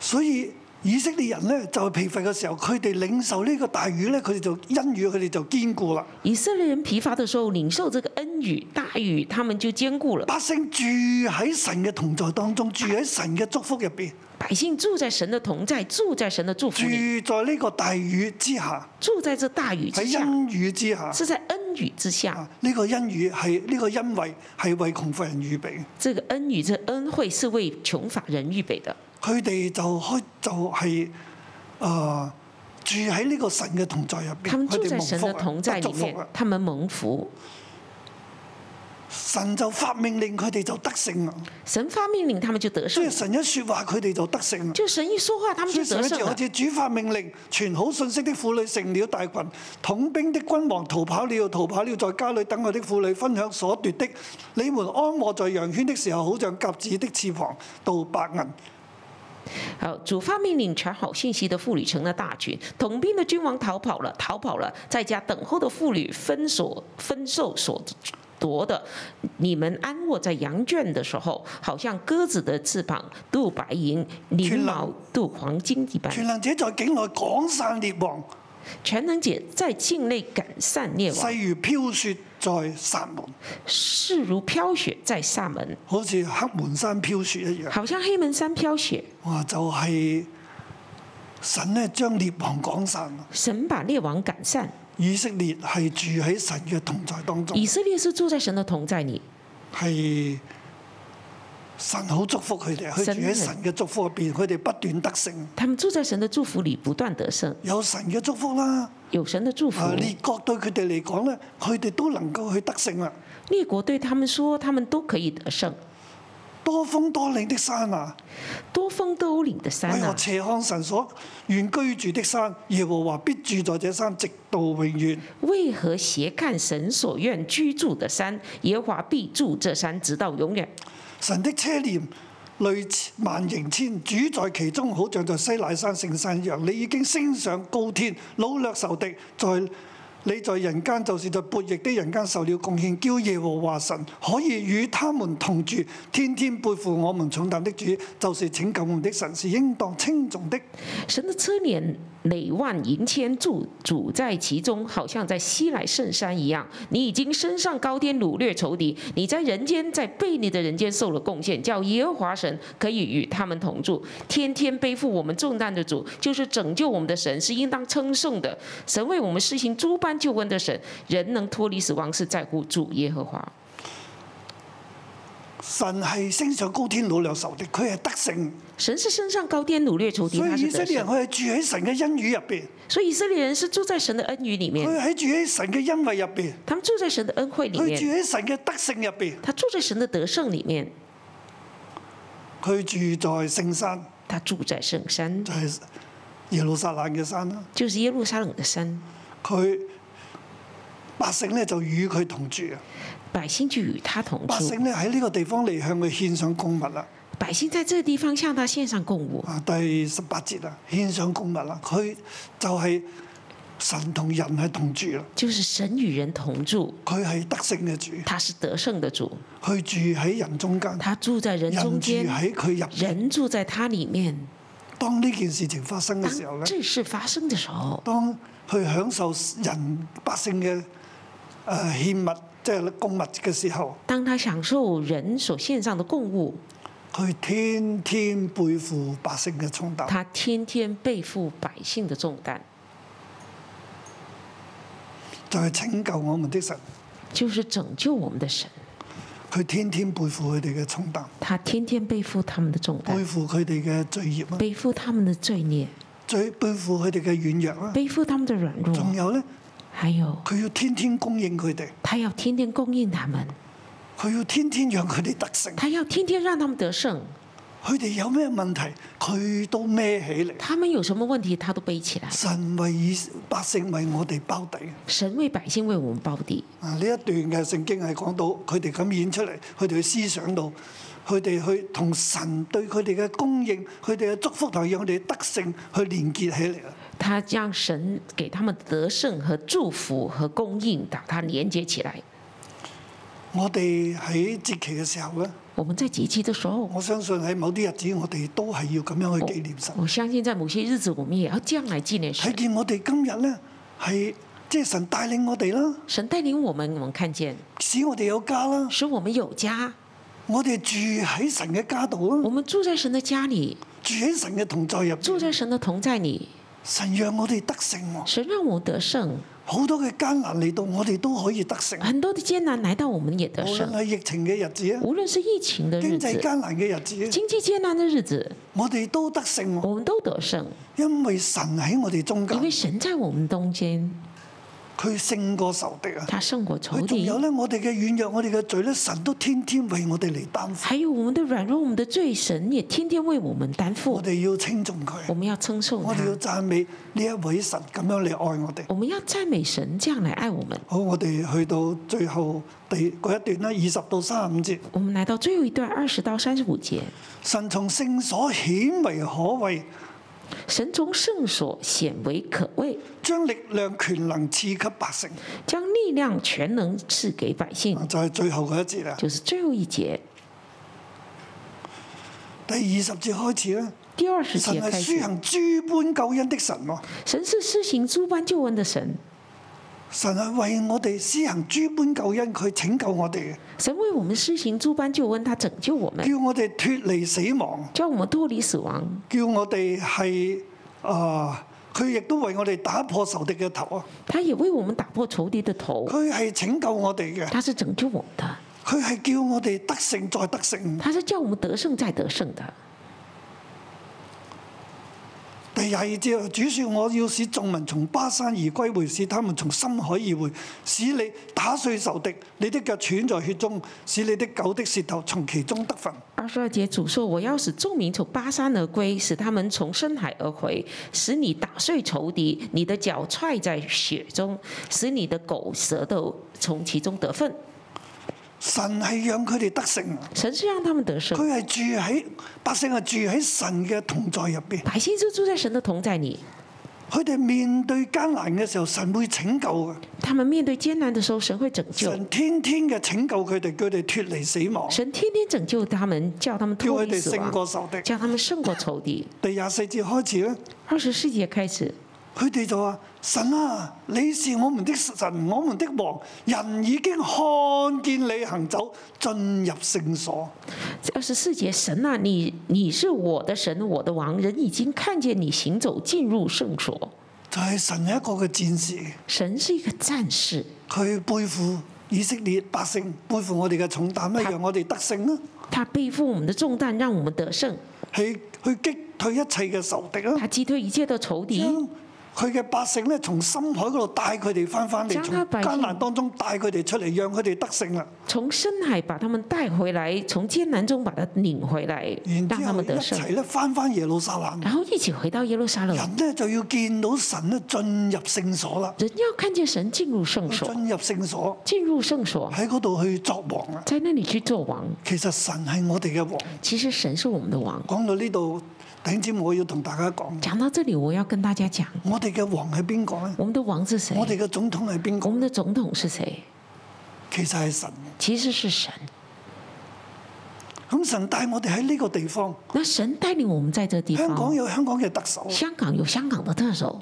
Speaker 2: 所以以色列人咧就係疲乏嘅時候，佢哋領受呢個大雨咧，佢哋就因雨佢哋就堅固啦。
Speaker 3: 以色列人疲乏的时候，领受这个恩雨大雨，他们就兼顾了。
Speaker 2: 百姓住喺神嘅同在當
Speaker 3: 啊
Speaker 2: 中，住喺神嘅祝福入邊，
Speaker 3: 百姓住在神的同在，住在神的祝福里，
Speaker 2: 住在呢個大雨之下，
Speaker 3: 住在这大雨之
Speaker 2: 喺
Speaker 3: 下，
Speaker 2: 恩雨之下。
Speaker 3: 是在恩雨之下
Speaker 2: 啊。呢、個恩雨係呢、個恩惠係為窮乏人預備嘅。
Speaker 3: 这个恩雨，这恩惠是为穷乏人预备的。
Speaker 2: 佢哋就開就係、呃住喺呢個神嘅同在入邊，
Speaker 3: 他们
Speaker 2: 佢
Speaker 3: 住
Speaker 2: 哋
Speaker 3: 在神的
Speaker 2: 蒙
Speaker 3: 同
Speaker 2: 福
Speaker 3: 在
Speaker 2: 啊，
Speaker 3: 里
Speaker 2: 得祝福
Speaker 3: 面
Speaker 2: 啊，！
Speaker 3: 他们蒙福。
Speaker 2: 神就發命令佢哋就得勝啊！
Speaker 3: 神发命令，他们就得
Speaker 2: 所
Speaker 3: 胜
Speaker 2: 以。神一説話，佢哋就得勝啊！
Speaker 3: 就神一说话，他们
Speaker 2: 所
Speaker 3: 就
Speaker 2: 以神
Speaker 3: 得
Speaker 2: 一
Speaker 3: 胜
Speaker 2: 節
Speaker 3: 了
Speaker 2: 開。始，主發命令，傳好信息的婦女成了大群，統兵的君王逃跑了，逃跑了，在家裏等我的婦女分享所奪的。你們安卧在羊圈的時候，好像鴿子的翅膀到白銀。
Speaker 3: 好，主发命令传好信息的妇女成了大群，统兵的君王逃跑了，逃跑了，在家等候的妇女分所分受所夺的。你们安卧在羊圈的时候，好像鸽子的翅膀镀白银，翎毛镀黄金一般。
Speaker 2: 全能者在境內趕散列王，
Speaker 3: 全能姐在境内赶散列王，
Speaker 2: 勢如飄雪在撒門。
Speaker 3: 势如飘雪在萨门，
Speaker 2: 好似黑門山飄雪一樣。
Speaker 3: 好像黑门山飘雪。
Speaker 2: 哇！就係、神咧將列王趕散，
Speaker 3: 神把列王赶散，
Speaker 2: 以色列係住喺神嘅同在當中
Speaker 3: 以，色列是住在神的同在里，
Speaker 2: 係神好祝福佢哋，佢
Speaker 3: 神
Speaker 2: 住喺神嘅祝福入邊，佢哋不斷得勝，
Speaker 3: 他们住在神的祝福里，不断得胜，
Speaker 2: 有神嘅祝福啦。
Speaker 3: 有神的祝福。
Speaker 2: 啊，列國對佢哋嚟講咧，佢哋都能夠去得勝啦。
Speaker 3: 列国对他们说，他们都可以得胜。
Speaker 2: 多風多嶺的山啊，
Speaker 3: 多峰多岭的
Speaker 2: 為
Speaker 3: 山
Speaker 2: 哎我
Speaker 3: 啊，
Speaker 2: 斜看神所願居住的山，耶和華必住在這山，直到永遠。
Speaker 3: 为何斜看神所愿居住的山？耶和华必住这山，直到永远。
Speaker 2: 神的車念累萬盈千，主在其中，好像在西乃山聖山一樣。你已經升上高天，擄掠仇敵，在你在人間就是在悖逆的人間受了貢獻，叫耶和華神可以與他們同住，天天背負我們重擔的主，就是拯救我們的神，是應當稱頌的。
Speaker 3: 神的车辇累万银千柱，主在其中，好像在西来圣山一样。你已经升上高天，掳掠仇敌；你在人间，在悖逆的人间受了贡献，叫耶和华神可以与他们同住。天天背负我们重担的主，就是拯救我们的神，是应当称颂的。神为我们施行诸般救恩的神，人能脱离死亡，是在乎主耶和华。
Speaker 2: 神係升上高天擄掠仇敵，佢係得勝，
Speaker 3: 神是升上高天掳掠仇敌，
Speaker 2: 所
Speaker 3: 他
Speaker 2: 以
Speaker 3: 是
Speaker 2: 以色
Speaker 3: 得
Speaker 2: 列人
Speaker 3: 胜。
Speaker 2: 佢係住喺神嘅恩雨入邊，
Speaker 3: 所以以色列人是住在神的恩雨里面
Speaker 2: 佢，喺住喺神嘅恩惠入邊，
Speaker 3: 他们住在神的恩惠里
Speaker 2: 佢住
Speaker 3: 面，
Speaker 2: 喺神嘅德性入邊，
Speaker 3: 他住在神的得胜里面。
Speaker 2: 佢住在聖山，
Speaker 3: 他住在圣山，
Speaker 2: 就係、耶路撒冷嘅山啦。
Speaker 3: 就是耶路撒冷的山，
Speaker 2: 佢百姓咧就與佢同住啊！
Speaker 3: 百姓就与他同
Speaker 2: 百
Speaker 3: 住。
Speaker 2: 姓咧喺呢個地方嚟向佢獻上供物啦。
Speaker 3: 百姓在这个地方向他献上供物。
Speaker 2: 啊，第十八節啦，獻上供物啦，佢就係神同人係同住啦，
Speaker 3: 就是神與人同住，
Speaker 2: 佢係德性嘅主，
Speaker 3: 他是得胜的主，
Speaker 2: 佢住喺人中間，
Speaker 3: 他住在人
Speaker 2: 人
Speaker 3: 中
Speaker 2: 住
Speaker 3: 间，
Speaker 2: 喺佢入邊。
Speaker 3: 人住在他里面。
Speaker 2: 當呢件事情發生嘅時候
Speaker 3: 当
Speaker 2: 咧，
Speaker 3: 这事发生的时候，
Speaker 2: 當佢享受人百姓嘅誒獻物，即係供物嘅時候，
Speaker 3: 当他享受人所献上的供物，
Speaker 2: 佢天天背負百姓嘅重擔。
Speaker 3: 他天天背负百姓的重担，
Speaker 2: 就係拯救我們的神，
Speaker 3: 就是拯救我们的神。
Speaker 2: 佢天天背負佢哋嘅重擔，
Speaker 3: 他天天背负他们的重
Speaker 2: 背
Speaker 3: 担，
Speaker 2: 負佢哋嘅罪孽啦，
Speaker 3: 背负他们的罪孽，
Speaker 2: 最背負佢哋嘅軟弱啦。啊
Speaker 3: 背负他们的软
Speaker 2: 仲
Speaker 3: 弱，
Speaker 2: 有咧，
Speaker 3: 还有
Speaker 2: 佢要天天供應佢哋，
Speaker 3: 他要天天供应他们，
Speaker 2: 佢要天天讓佢哋得勝。
Speaker 3: 他要天天让他们得胜。
Speaker 2: 佢哋有咩問題，佢都孭起嚟。
Speaker 3: 他们有什么问题，他都背起来。
Speaker 2: 神為以百姓為我哋包底。
Speaker 3: 神为百姓为我们包底。
Speaker 2: 啊，呢一段嘅聖經係講到佢哋咁演出嚟，佢哋去思想到，佢哋去同神對佢哋嘅供應，佢哋嘅祝福同讓佢哋得勝去連結起嚟啊啦。
Speaker 3: 他让神给他们得胜和祝福和供应，把它连接起来。
Speaker 2: 我哋喺節期嘅時候咧。
Speaker 3: 我们在节期的时候，
Speaker 2: 我相信喺某啲日子，我哋都係要咁樣去紀念神。
Speaker 3: 我相信在某些日子，我们也要这样来纪念
Speaker 2: 睇
Speaker 3: 神。
Speaker 2: 見我哋今日呢，係即係神帶領我哋啦，
Speaker 3: 神带领我们，我们看见
Speaker 2: 使我哋有家啦，
Speaker 3: 使我们有家，
Speaker 2: 我哋住喺神嘅家度
Speaker 3: 我
Speaker 2: 啦，
Speaker 3: 们住在神的家里，
Speaker 2: 住喺神嘅同在入
Speaker 3: 住
Speaker 2: 邊。
Speaker 3: 在神的同在里。
Speaker 2: 神讓我哋得勝喎，
Speaker 3: 神让我们得胜，
Speaker 2: 好多嘅艱難嚟到，我哋都可以得勝。
Speaker 3: 很多的艰难来到，我们也得
Speaker 2: 無論
Speaker 3: 胜。
Speaker 2: 係疫情嘅日子啊，
Speaker 3: 无论是疫情的日
Speaker 2: 經濟
Speaker 3: 子、
Speaker 2: 艱難嘅日子啊，
Speaker 3: 经济艰难的日子，
Speaker 2: 我哋都得勝喎，
Speaker 3: 我们都得胜，
Speaker 2: 因為神喺我哋中間
Speaker 3: 因为，神在我们中间，
Speaker 2: 佢勝過仇敵啊。
Speaker 3: 他胜过仇
Speaker 2: 佢仲
Speaker 3: 敌
Speaker 2: 有。呢，我哋嘅軟弱，我哋嘅罪呢，神都天天為我哋嚟擔負。
Speaker 3: 还有我们的软弱，我们的罪，神也天天为我们担负
Speaker 2: 我。哋要稱重
Speaker 3: 我
Speaker 2: 佢，
Speaker 3: 们要称颂
Speaker 2: 我
Speaker 3: 他
Speaker 2: 哋，要讚美呢一位神咁樣嚟愛我哋。
Speaker 3: 我们要赞美神，这样来爱我们。
Speaker 2: 好，我哋去到最後第嗰一段啦，二十到三十五節，
Speaker 3: 我们来到最后一段二十到三十五节，
Speaker 2: 神從聖所顯為可畏，
Speaker 3: 神从圣所显为可畏，
Speaker 2: 將力量權能賜給百姓。
Speaker 3: 将力量全能赐给百姓。
Speaker 2: 就係最後嗰一節啦。
Speaker 3: 就是最后一节，
Speaker 2: 第二十節開始咧，
Speaker 3: 第二十
Speaker 2: 神
Speaker 3: 节
Speaker 2: 係
Speaker 3: 开
Speaker 2: 施
Speaker 3: 始，
Speaker 2: 行諸般救恩的神喎，
Speaker 3: 神是施行诸般救恩的神，
Speaker 2: 神係為我哋施行諸般救恩，佢拯救我哋嘅，
Speaker 3: 神为我们施行诸般救恩，他拯救我们，
Speaker 2: 叫我哋脱離死亡，
Speaker 3: 叫我们脱离死亡，
Speaker 2: 叫我哋係啊，佢、亦都為我哋打破仇敵嘅頭啊！
Speaker 3: 他也为我们打破仇敌的头，
Speaker 2: 佢係拯救我哋嘅，
Speaker 3: 他是拯救我们的，
Speaker 2: 佢係叫我哋得勝再得勝。
Speaker 3: 他是叫我们得胜再得胜的。
Speaker 2: 第廿二節，啊主說：我要使眾民從巴山而歸回，使他們從深海而回，使你打碎仇敵，你的腳踹在血中，使你的狗的舌頭從其中得分。
Speaker 3: 二十二节，主说：“我要使众民从巴山而归，使他们从深海而回，使你打碎仇敌，你的脚踹在雪中，使你的狗舌头从其中得分。”
Speaker 2: 神係讓佢哋得勝，
Speaker 3: 神是让他们得胜，
Speaker 2: 佢係住喺百姓係住喺神嘅同在入邊。
Speaker 3: 百姓就住在神的同在里。
Speaker 2: 佢哋面對艱難嘅時候，神會拯救嘅。
Speaker 3: 他们面对艰难的时候，神会拯救，
Speaker 2: 神天天嘅拯救佢哋，佢哋脱離死亡，
Speaker 3: 神天天拯救他们，叫他们
Speaker 2: 叫
Speaker 3: 脱
Speaker 2: 佢
Speaker 3: 离
Speaker 2: 哋
Speaker 3: 死
Speaker 2: 勝
Speaker 3: 亡，
Speaker 2: 過仇敵。
Speaker 3: 叫他们胜过仇敌。
Speaker 2: 第廿四節開始咧，
Speaker 3: 二十世纪开始，
Speaker 2: 佢哋就話：神啊，你是我們的神，我們的王。人已經看見你行走，進入聖所。
Speaker 3: 二十四节，神啊，你你是我的神，我的王，人已经看见你行走进入圣所。
Speaker 2: 就係神係一個嘅戰士，
Speaker 3: 神是一个战士，
Speaker 2: 佢背負以色列百姓，背負我哋嘅重擔咧，
Speaker 3: 他
Speaker 2: 讓我哋得勝啊啦，
Speaker 3: 他背负我们的重担，让我们得胜，
Speaker 2: 去去擊退一切嘅仇敵啦，
Speaker 3: 他击退一切的仇敌，
Speaker 2: 將佢嘅百姓咧從深海嗰度帶佢哋翻翻嚟，
Speaker 3: 將
Speaker 2: 從
Speaker 3: 他百姓
Speaker 2: 艱難當中帶佢哋出嚟，讓佢哋得勝啦。
Speaker 3: 从深海把他们带回来，从艰难中把他领回来
Speaker 2: 然，
Speaker 3: 让
Speaker 2: 之後
Speaker 3: 他们
Speaker 2: 一
Speaker 3: 得嗯胜
Speaker 2: 齊，咧翻翻耶路撒冷，
Speaker 3: 然后一起回到耶路撒冷。
Speaker 2: 人咧就要見到神咧進入聖所啦，
Speaker 3: 人要看見神进入圣所，
Speaker 2: 進入聖所
Speaker 3: 进入圣所，
Speaker 2: 喺嗰度去作王啦。
Speaker 3: 在那里去做王。
Speaker 2: 其實神係我哋嘅王。
Speaker 3: 其实神是我们的王。
Speaker 2: 講到呢度，頂尖我要同大家講。
Speaker 3: 讲到这里，我要跟大家讲，
Speaker 2: 我哋嘅王係邊個咧？
Speaker 3: 我们的王是谁？
Speaker 2: 我哋嘅總統係邊
Speaker 3: 我
Speaker 2: 個？
Speaker 3: 们的总统是谁？
Speaker 2: 其實係神。
Speaker 3: 其实是神。
Speaker 2: 咁神帶我哋喺呢個地方，
Speaker 3: 那神带领我们在这地
Speaker 2: 香港
Speaker 3: 方，
Speaker 2: 有香港嘅特首，
Speaker 3: 香港有香港的特首，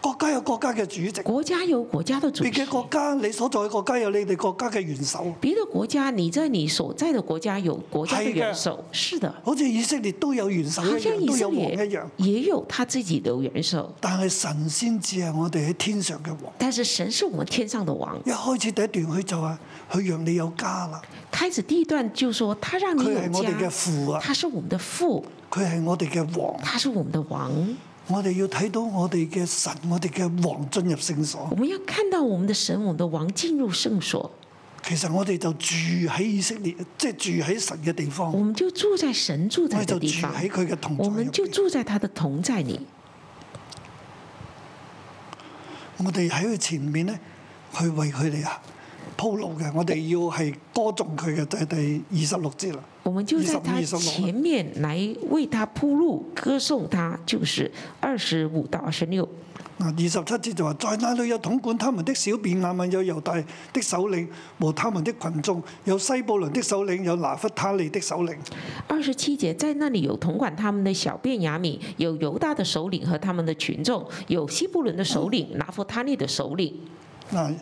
Speaker 2: 國家有國家嘅主席，
Speaker 3: 国家有国家的主
Speaker 2: 別
Speaker 3: 席
Speaker 2: 嘅。國家你所在嘅國家有你哋國家嘅元首。啊
Speaker 3: 别的国家，你在你所在的国家有国家的元首，是的，
Speaker 2: 好似以色列都有元首一
Speaker 3: 好像
Speaker 2: 樣，
Speaker 3: 以
Speaker 2: 都有
Speaker 3: 色
Speaker 2: 王一樣
Speaker 3: 列。也有他自己的元首，
Speaker 2: 但係神先至係我哋喺天上嘅王。
Speaker 3: 但是神是我们天上的王。
Speaker 2: 一開始第一段佢就話：佢讓你有家啦，
Speaker 3: 开始第一段就说他让你
Speaker 2: 佢
Speaker 3: 有
Speaker 2: 係我哋嘅
Speaker 3: 家，
Speaker 2: 父啊，
Speaker 3: 他是我们的父，
Speaker 2: 佢係我哋嘅王。
Speaker 3: 他是我们的王。
Speaker 2: 我哋要睇到我哋嘅神，我哋嘅王進入聖所
Speaker 3: 我。们要看到我们的神，我们的王进入圣所，
Speaker 2: 其實我哋就住喺以色列，即係住喺神嘅地方，
Speaker 3: 我
Speaker 2: 我
Speaker 3: 们就住在神住在
Speaker 2: 哋
Speaker 3: 的
Speaker 2: 就住
Speaker 3: 地方，
Speaker 2: 喺佢嘅同在
Speaker 3: 我
Speaker 2: 入
Speaker 3: 们就
Speaker 2: 邊。
Speaker 3: 住在他的同在里。
Speaker 2: 我哋喺佢前面咧，去為佢哋啊鋪路嘅。我哋要係歌頌佢嘅，就係、第二十六節啦。
Speaker 3: 我们就在
Speaker 2: 25
Speaker 3: 他
Speaker 2: 26
Speaker 3: 前面来为他铺路，歌颂他，就是二十五到二十六。
Speaker 2: 嗱，啊二十七節就話：在那裏有統管他們的小便雅憫，有猶大的首領和他們的群眾，有西布倫的首領，有拿弗他利的首領。
Speaker 3: 二十七节，在那里有统管他们的小便雅敏，有犹大的首领和他们的群众，有西布伦的首领，拿佛他利的首领。
Speaker 2: 嗱，啊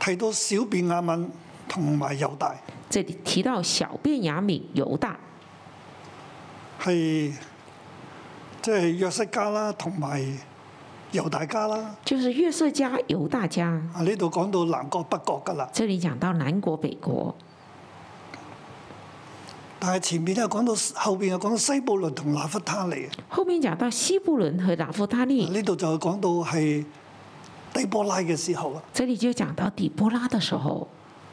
Speaker 2: 提到小便雅憫同埋猶大，
Speaker 3: 这里提到小便雅敏、犹大，
Speaker 2: 係即係約瑟家啦，同埋猶大家啦。
Speaker 3: 就是约瑟家、犹大家。
Speaker 2: 啊，呢度講到南國北國㗎啦，
Speaker 3: 这里讲到南国、北国，
Speaker 2: 但係前面又講到後邊又講到西布倫同拿弗他利，
Speaker 3: 后面讲到西布伦和拿佛他利，
Speaker 2: 呢度就講到係底波拉嘅時候啦。啊
Speaker 3: 这里就讲到底波拉的时候。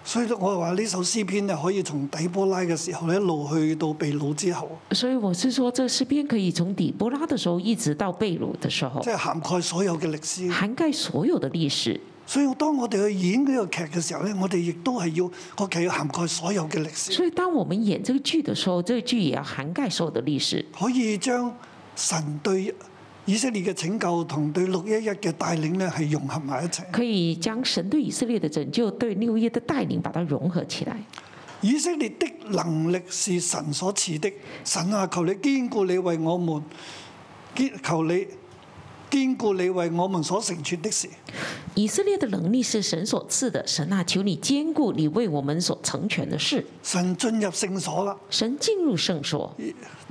Speaker 2: 所以我話呢首詩篇咧，可以從底波拉嘅時候一路去到被擄之後，
Speaker 3: 所以我是说，这诗篇可以从底波拉的时候一直到被掳的时候
Speaker 2: 即，係涵蓋所有嘅歷史。
Speaker 3: 涵盖所有的歷史。
Speaker 2: 所以當我哋去演呢個劇嘅時候咧，我哋亦都係要個劇要涵蓋所有嘅歷史，
Speaker 3: 所以当我们演这个剧的时候，这个剧也要涵盖所有的历史。
Speaker 2: 可以將神對以色列嘅拯救同對六一一嘅帶領咧係融合埋一齊。
Speaker 3: 可以将神对以色列的拯救、对六一的带领，把它融合起来。
Speaker 2: 以色列的能力是神所賜的，神啊，求你堅固你為我們，堅求你堅固你為我們所成全的事。
Speaker 3: 以色列的能力是神所赐的，神啊，求你兼顾你为我们所成全的事。
Speaker 2: 神進入聖所啦，
Speaker 3: 神进入圣所，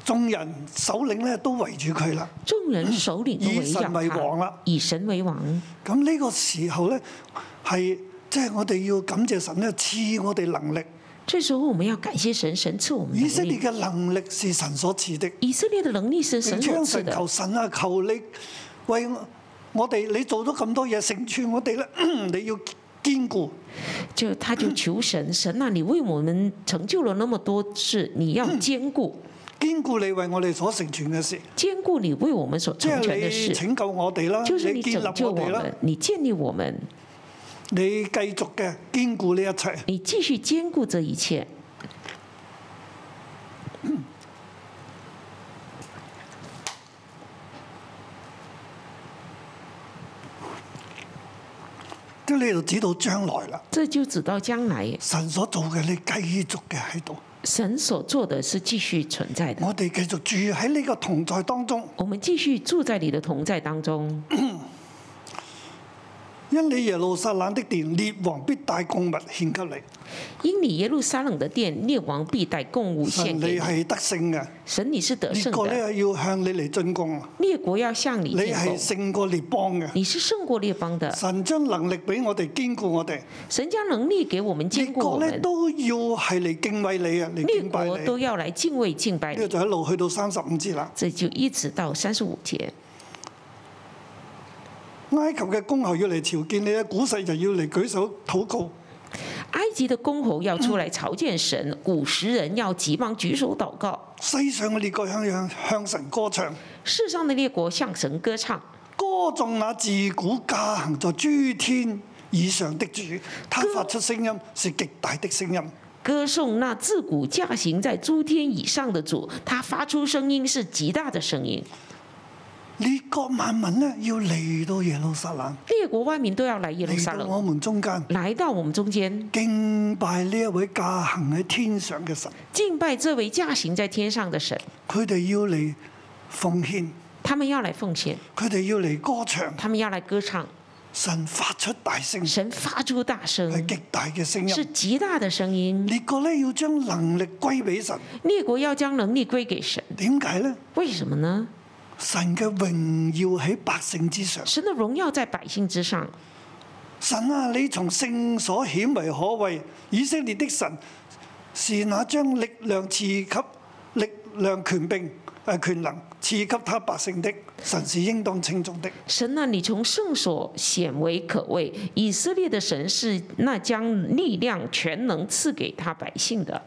Speaker 2: 眾人首領咧都圍住佢啦。
Speaker 3: 众人首领都围
Speaker 2: 以
Speaker 3: 绕
Speaker 2: 神为王
Speaker 3: 他
Speaker 2: 啦，
Speaker 3: 以神为王。
Speaker 2: 咁呢個時候咧，係即係我哋要感謝神咧賜我哋能力。
Speaker 3: 这时候我们要感谢神，神赐我们
Speaker 2: 以色
Speaker 3: 能
Speaker 2: 列
Speaker 3: 力。
Speaker 2: 嘅能力是神所賜的，
Speaker 3: 以色列的能力是
Speaker 2: 並
Speaker 3: 神
Speaker 2: 且
Speaker 3: 所
Speaker 2: 向
Speaker 3: 赐
Speaker 2: 神
Speaker 3: 的，
Speaker 2: 求神啊，求你為我哋，你做咗咁多嘢成全我哋咧， 你要堅固。
Speaker 3: 就他就求神，神啊，你为我们成就了那么多事，你要兼顾，
Speaker 2: 嗯堅固你為我哋所成全嘅事，
Speaker 3: 兼顾你为我们所
Speaker 2: 即
Speaker 3: 成全的
Speaker 2: 係你
Speaker 3: 事，
Speaker 2: 拯救我哋啦，
Speaker 3: 就是
Speaker 2: 你
Speaker 3: 你
Speaker 2: 建立
Speaker 3: 拯
Speaker 2: 我
Speaker 3: 救我
Speaker 2: 哋啦
Speaker 3: 们，，你建立我们。
Speaker 2: 你繼續嘅堅固呢一切。
Speaker 3: 你继续兼顾这一切。
Speaker 2: 跟呢度指到將來啦，
Speaker 3: 这就指到将来，
Speaker 2: 神所做嘅你繼續嘅喺度，
Speaker 3: 神所做的是继续存在的。
Speaker 2: 我哋繼續住喺呢個同在當中，
Speaker 3: 我们继续住在你的同在当中，
Speaker 2: 因你耶路撒冷的殿，列王必帶供物獻給你。
Speaker 3: 因你耶路撒冷的殿，列王必带供物献
Speaker 2: 神
Speaker 3: 给
Speaker 2: 你
Speaker 3: 你。
Speaker 2: 係得勝嘅，
Speaker 3: 神，你是得
Speaker 2: 列
Speaker 3: 胜
Speaker 2: 國
Speaker 3: 的，
Speaker 2: 咧要向你嚟進攻啊！
Speaker 3: 列国要向你
Speaker 2: 你
Speaker 3: 进
Speaker 2: 係
Speaker 3: 攻。
Speaker 2: 勝過列邦嘅。
Speaker 3: 你是胜过列邦的，
Speaker 2: 神將能力俾我哋，堅固我哋。
Speaker 3: 神将能力给我们
Speaker 2: 列
Speaker 3: 坚固我
Speaker 2: 國咧
Speaker 3: 们，
Speaker 2: 都要係嚟敬畏你啊，嚟
Speaker 3: 列
Speaker 2: 敬拜
Speaker 3: 国
Speaker 2: 你。
Speaker 3: 都要来敬畏敬拜
Speaker 2: 呢個
Speaker 3: 你。
Speaker 2: 就一路去到三十五節啦。
Speaker 3: 这就一直到三十五节，
Speaker 2: 埃及嘅公侯要嚟朝見你咧，古實就要嚟舉手禱告。
Speaker 3: 埃及的公侯要出来朝见神，古时人要急忙举手祷告。
Speaker 2: 世上嘅列國向向向神歌唱，
Speaker 3: 世上的列国向神歌唱，
Speaker 2: 歌頌那自古駕行在諸天以上的主，他發出聲音是極大的聲音。
Speaker 3: 歌颂那自古驾行在诸天以上的主，他发出声音是极大的声音。
Speaker 2: 列國萬民呢，要嚟到耶路撒冷，
Speaker 3: 列国万民都要来耶路
Speaker 2: 嚟
Speaker 3: 撒
Speaker 2: 到
Speaker 3: 冷，
Speaker 2: 我們中間
Speaker 3: 来到我们中间
Speaker 2: 敬拜呢一位駕行喺天上嘅神，
Speaker 3: 敬拜这位驾行在天上的神，
Speaker 2: 佢哋要嚟奉獻，
Speaker 3: 他们要来奉献，
Speaker 2: 佢哋要嚟歌唱，
Speaker 3: 他们要来歌唱。
Speaker 2: 神發出大聲，
Speaker 3: 神发出大
Speaker 2: 係
Speaker 3: 声，
Speaker 2: 極大嘅聲
Speaker 3: 是
Speaker 2: 音。
Speaker 3: 极大的声音。
Speaker 2: 列國咧要將能力歸俾神，
Speaker 3: 列国要将能力归给神，
Speaker 2: 點解呢？
Speaker 3: 为什么呢？
Speaker 2: 神嘅榮耀喺百姓之上。
Speaker 3: 神的荣耀在百姓之上。
Speaker 2: 神啊，你從聖所顯為可畏，以色列的神是那將力量賜給力量權柄誒、呃、權能賜給他百姓的神是應當稱重的。
Speaker 3: 神啊，你从圣所显为可畏。以色列的神是那将力量、全能赐给他百姓的。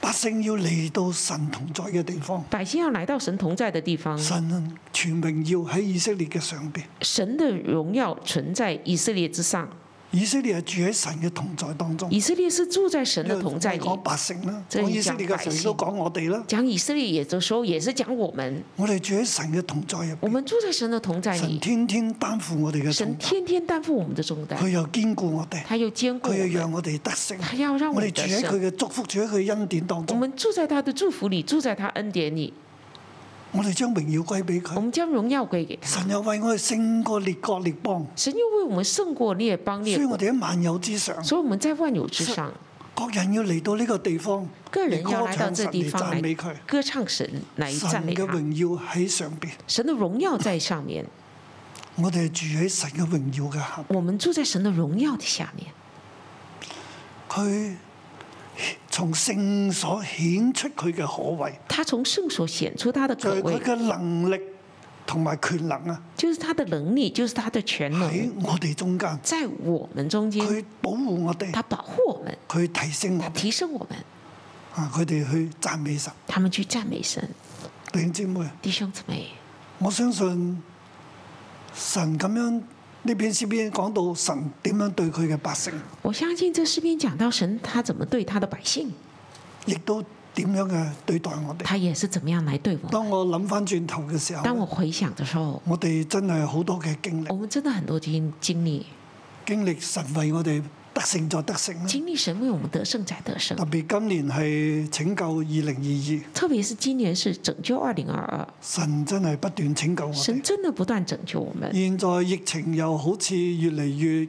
Speaker 2: 百姓要嚟到神同在嘅地方，
Speaker 3: 百姓要来到神同在的地方，
Speaker 2: 神全榮耀喺以色列嘅上邊。
Speaker 3: 神的荣耀存在以色列之上。
Speaker 2: 以色列係住喺神嘅同在當中。
Speaker 3: 以色列是住在神的同在
Speaker 2: 呢
Speaker 3: 里
Speaker 2: 個。講百姓啦，
Speaker 3: 即係
Speaker 2: 講以色列嘅
Speaker 3: 講百
Speaker 2: 神
Speaker 3: 姓
Speaker 2: 都講我哋啦。
Speaker 3: 讲以色列也的时候，也是讲我们，
Speaker 2: 我哋住喺神嘅同在入
Speaker 3: 我
Speaker 2: 邊，
Speaker 3: 们住在神的同在
Speaker 2: 神
Speaker 3: 里，
Speaker 2: 天天擔負我哋嘅重
Speaker 3: 神
Speaker 2: 擔，
Speaker 3: 天天担负我们的重担
Speaker 2: 佢，又堅固我哋。
Speaker 3: 他又兼顾我
Speaker 2: 佢要
Speaker 3: 们，
Speaker 2: 讓我哋得勝，
Speaker 3: 他要讓我
Speaker 2: 我哋
Speaker 3: 哋
Speaker 2: 住
Speaker 3: 得
Speaker 2: 喺
Speaker 3: 勝
Speaker 2: 佢嘅祝福，住喺佢嘅恩典當
Speaker 3: 我
Speaker 2: 中，
Speaker 3: 们住在他的祝福里，住在他恩典里，
Speaker 2: 嗯我哋將榮耀歸俾
Speaker 3: 我
Speaker 2: 佢。
Speaker 3: 们将荣耀归给他。
Speaker 2: 神又為我哋勝過列國列邦，
Speaker 3: 神又为我们胜过列邦
Speaker 2: 所
Speaker 3: 列
Speaker 2: 以
Speaker 3: 国，
Speaker 2: 我哋喺萬有之上，
Speaker 3: 所以我们在万有之上，
Speaker 2: 各人要嚟到呢個地方，
Speaker 3: 个人
Speaker 2: 嚟
Speaker 3: 要
Speaker 2: 歌
Speaker 3: 来到
Speaker 2: 唱
Speaker 3: 这
Speaker 2: 神
Speaker 3: 地
Speaker 2: 嚟
Speaker 3: 方
Speaker 2: 讚美
Speaker 3: 来
Speaker 2: 佢。
Speaker 3: 歌唱神，来赞
Speaker 2: 神
Speaker 3: 美
Speaker 2: 嘅
Speaker 3: 他。
Speaker 2: 榮耀喺上邊，
Speaker 3: 神的榮耀在上面，
Speaker 2: 我哋係住喺神嘅榮耀嘅下邊。
Speaker 3: 我们住在神的荣耀的下面。
Speaker 2: 佢從聖所顯出佢嘅可畏，
Speaker 3: 他从圣所显出他的
Speaker 2: 就
Speaker 3: 可
Speaker 2: 係
Speaker 3: 畏
Speaker 2: 佢，嘅能力同埋權能啊，
Speaker 3: 就是他的能力，就是他的全
Speaker 2: 喺
Speaker 3: 能，
Speaker 2: 我哋中間，
Speaker 3: 在我们中间，
Speaker 2: 佢保護我哋，
Speaker 3: 他保护我们，
Speaker 2: 佢提升我
Speaker 3: 他
Speaker 2: 哋。
Speaker 3: 提升我们，
Speaker 2: 啊！佢哋去讚美神，
Speaker 3: 他们去赞美神。
Speaker 2: 弟兄姊妹，
Speaker 3: 弟兄姊妹，
Speaker 2: 我相信神咁樣呢篇詩篇講到神點樣對佢嘅百姓，
Speaker 3: 我相信这诗篇讲到神他怎么对他的百姓，
Speaker 2: 亦都點樣嘅對待我哋。
Speaker 3: 他也是怎么样来对我。
Speaker 2: 當我諗翻轉頭嘅時
Speaker 3: 当我
Speaker 2: 候，
Speaker 3: 回想的时候，
Speaker 2: 我哋真係好多嘅經歷
Speaker 3: 我，们真的很多经经历，
Speaker 2: 經歷神為我哋得勝再得勝啦。
Speaker 3: 经历神为我们得胜才得胜
Speaker 2: 特。別今年係拯救二零二二，
Speaker 3: 特别是今年是拯救二零二二，
Speaker 2: 神真係不斷拯救我
Speaker 3: 神
Speaker 2: 哋。
Speaker 3: 真的不断拯救我们。
Speaker 2: 現在疫情又好似越嚟越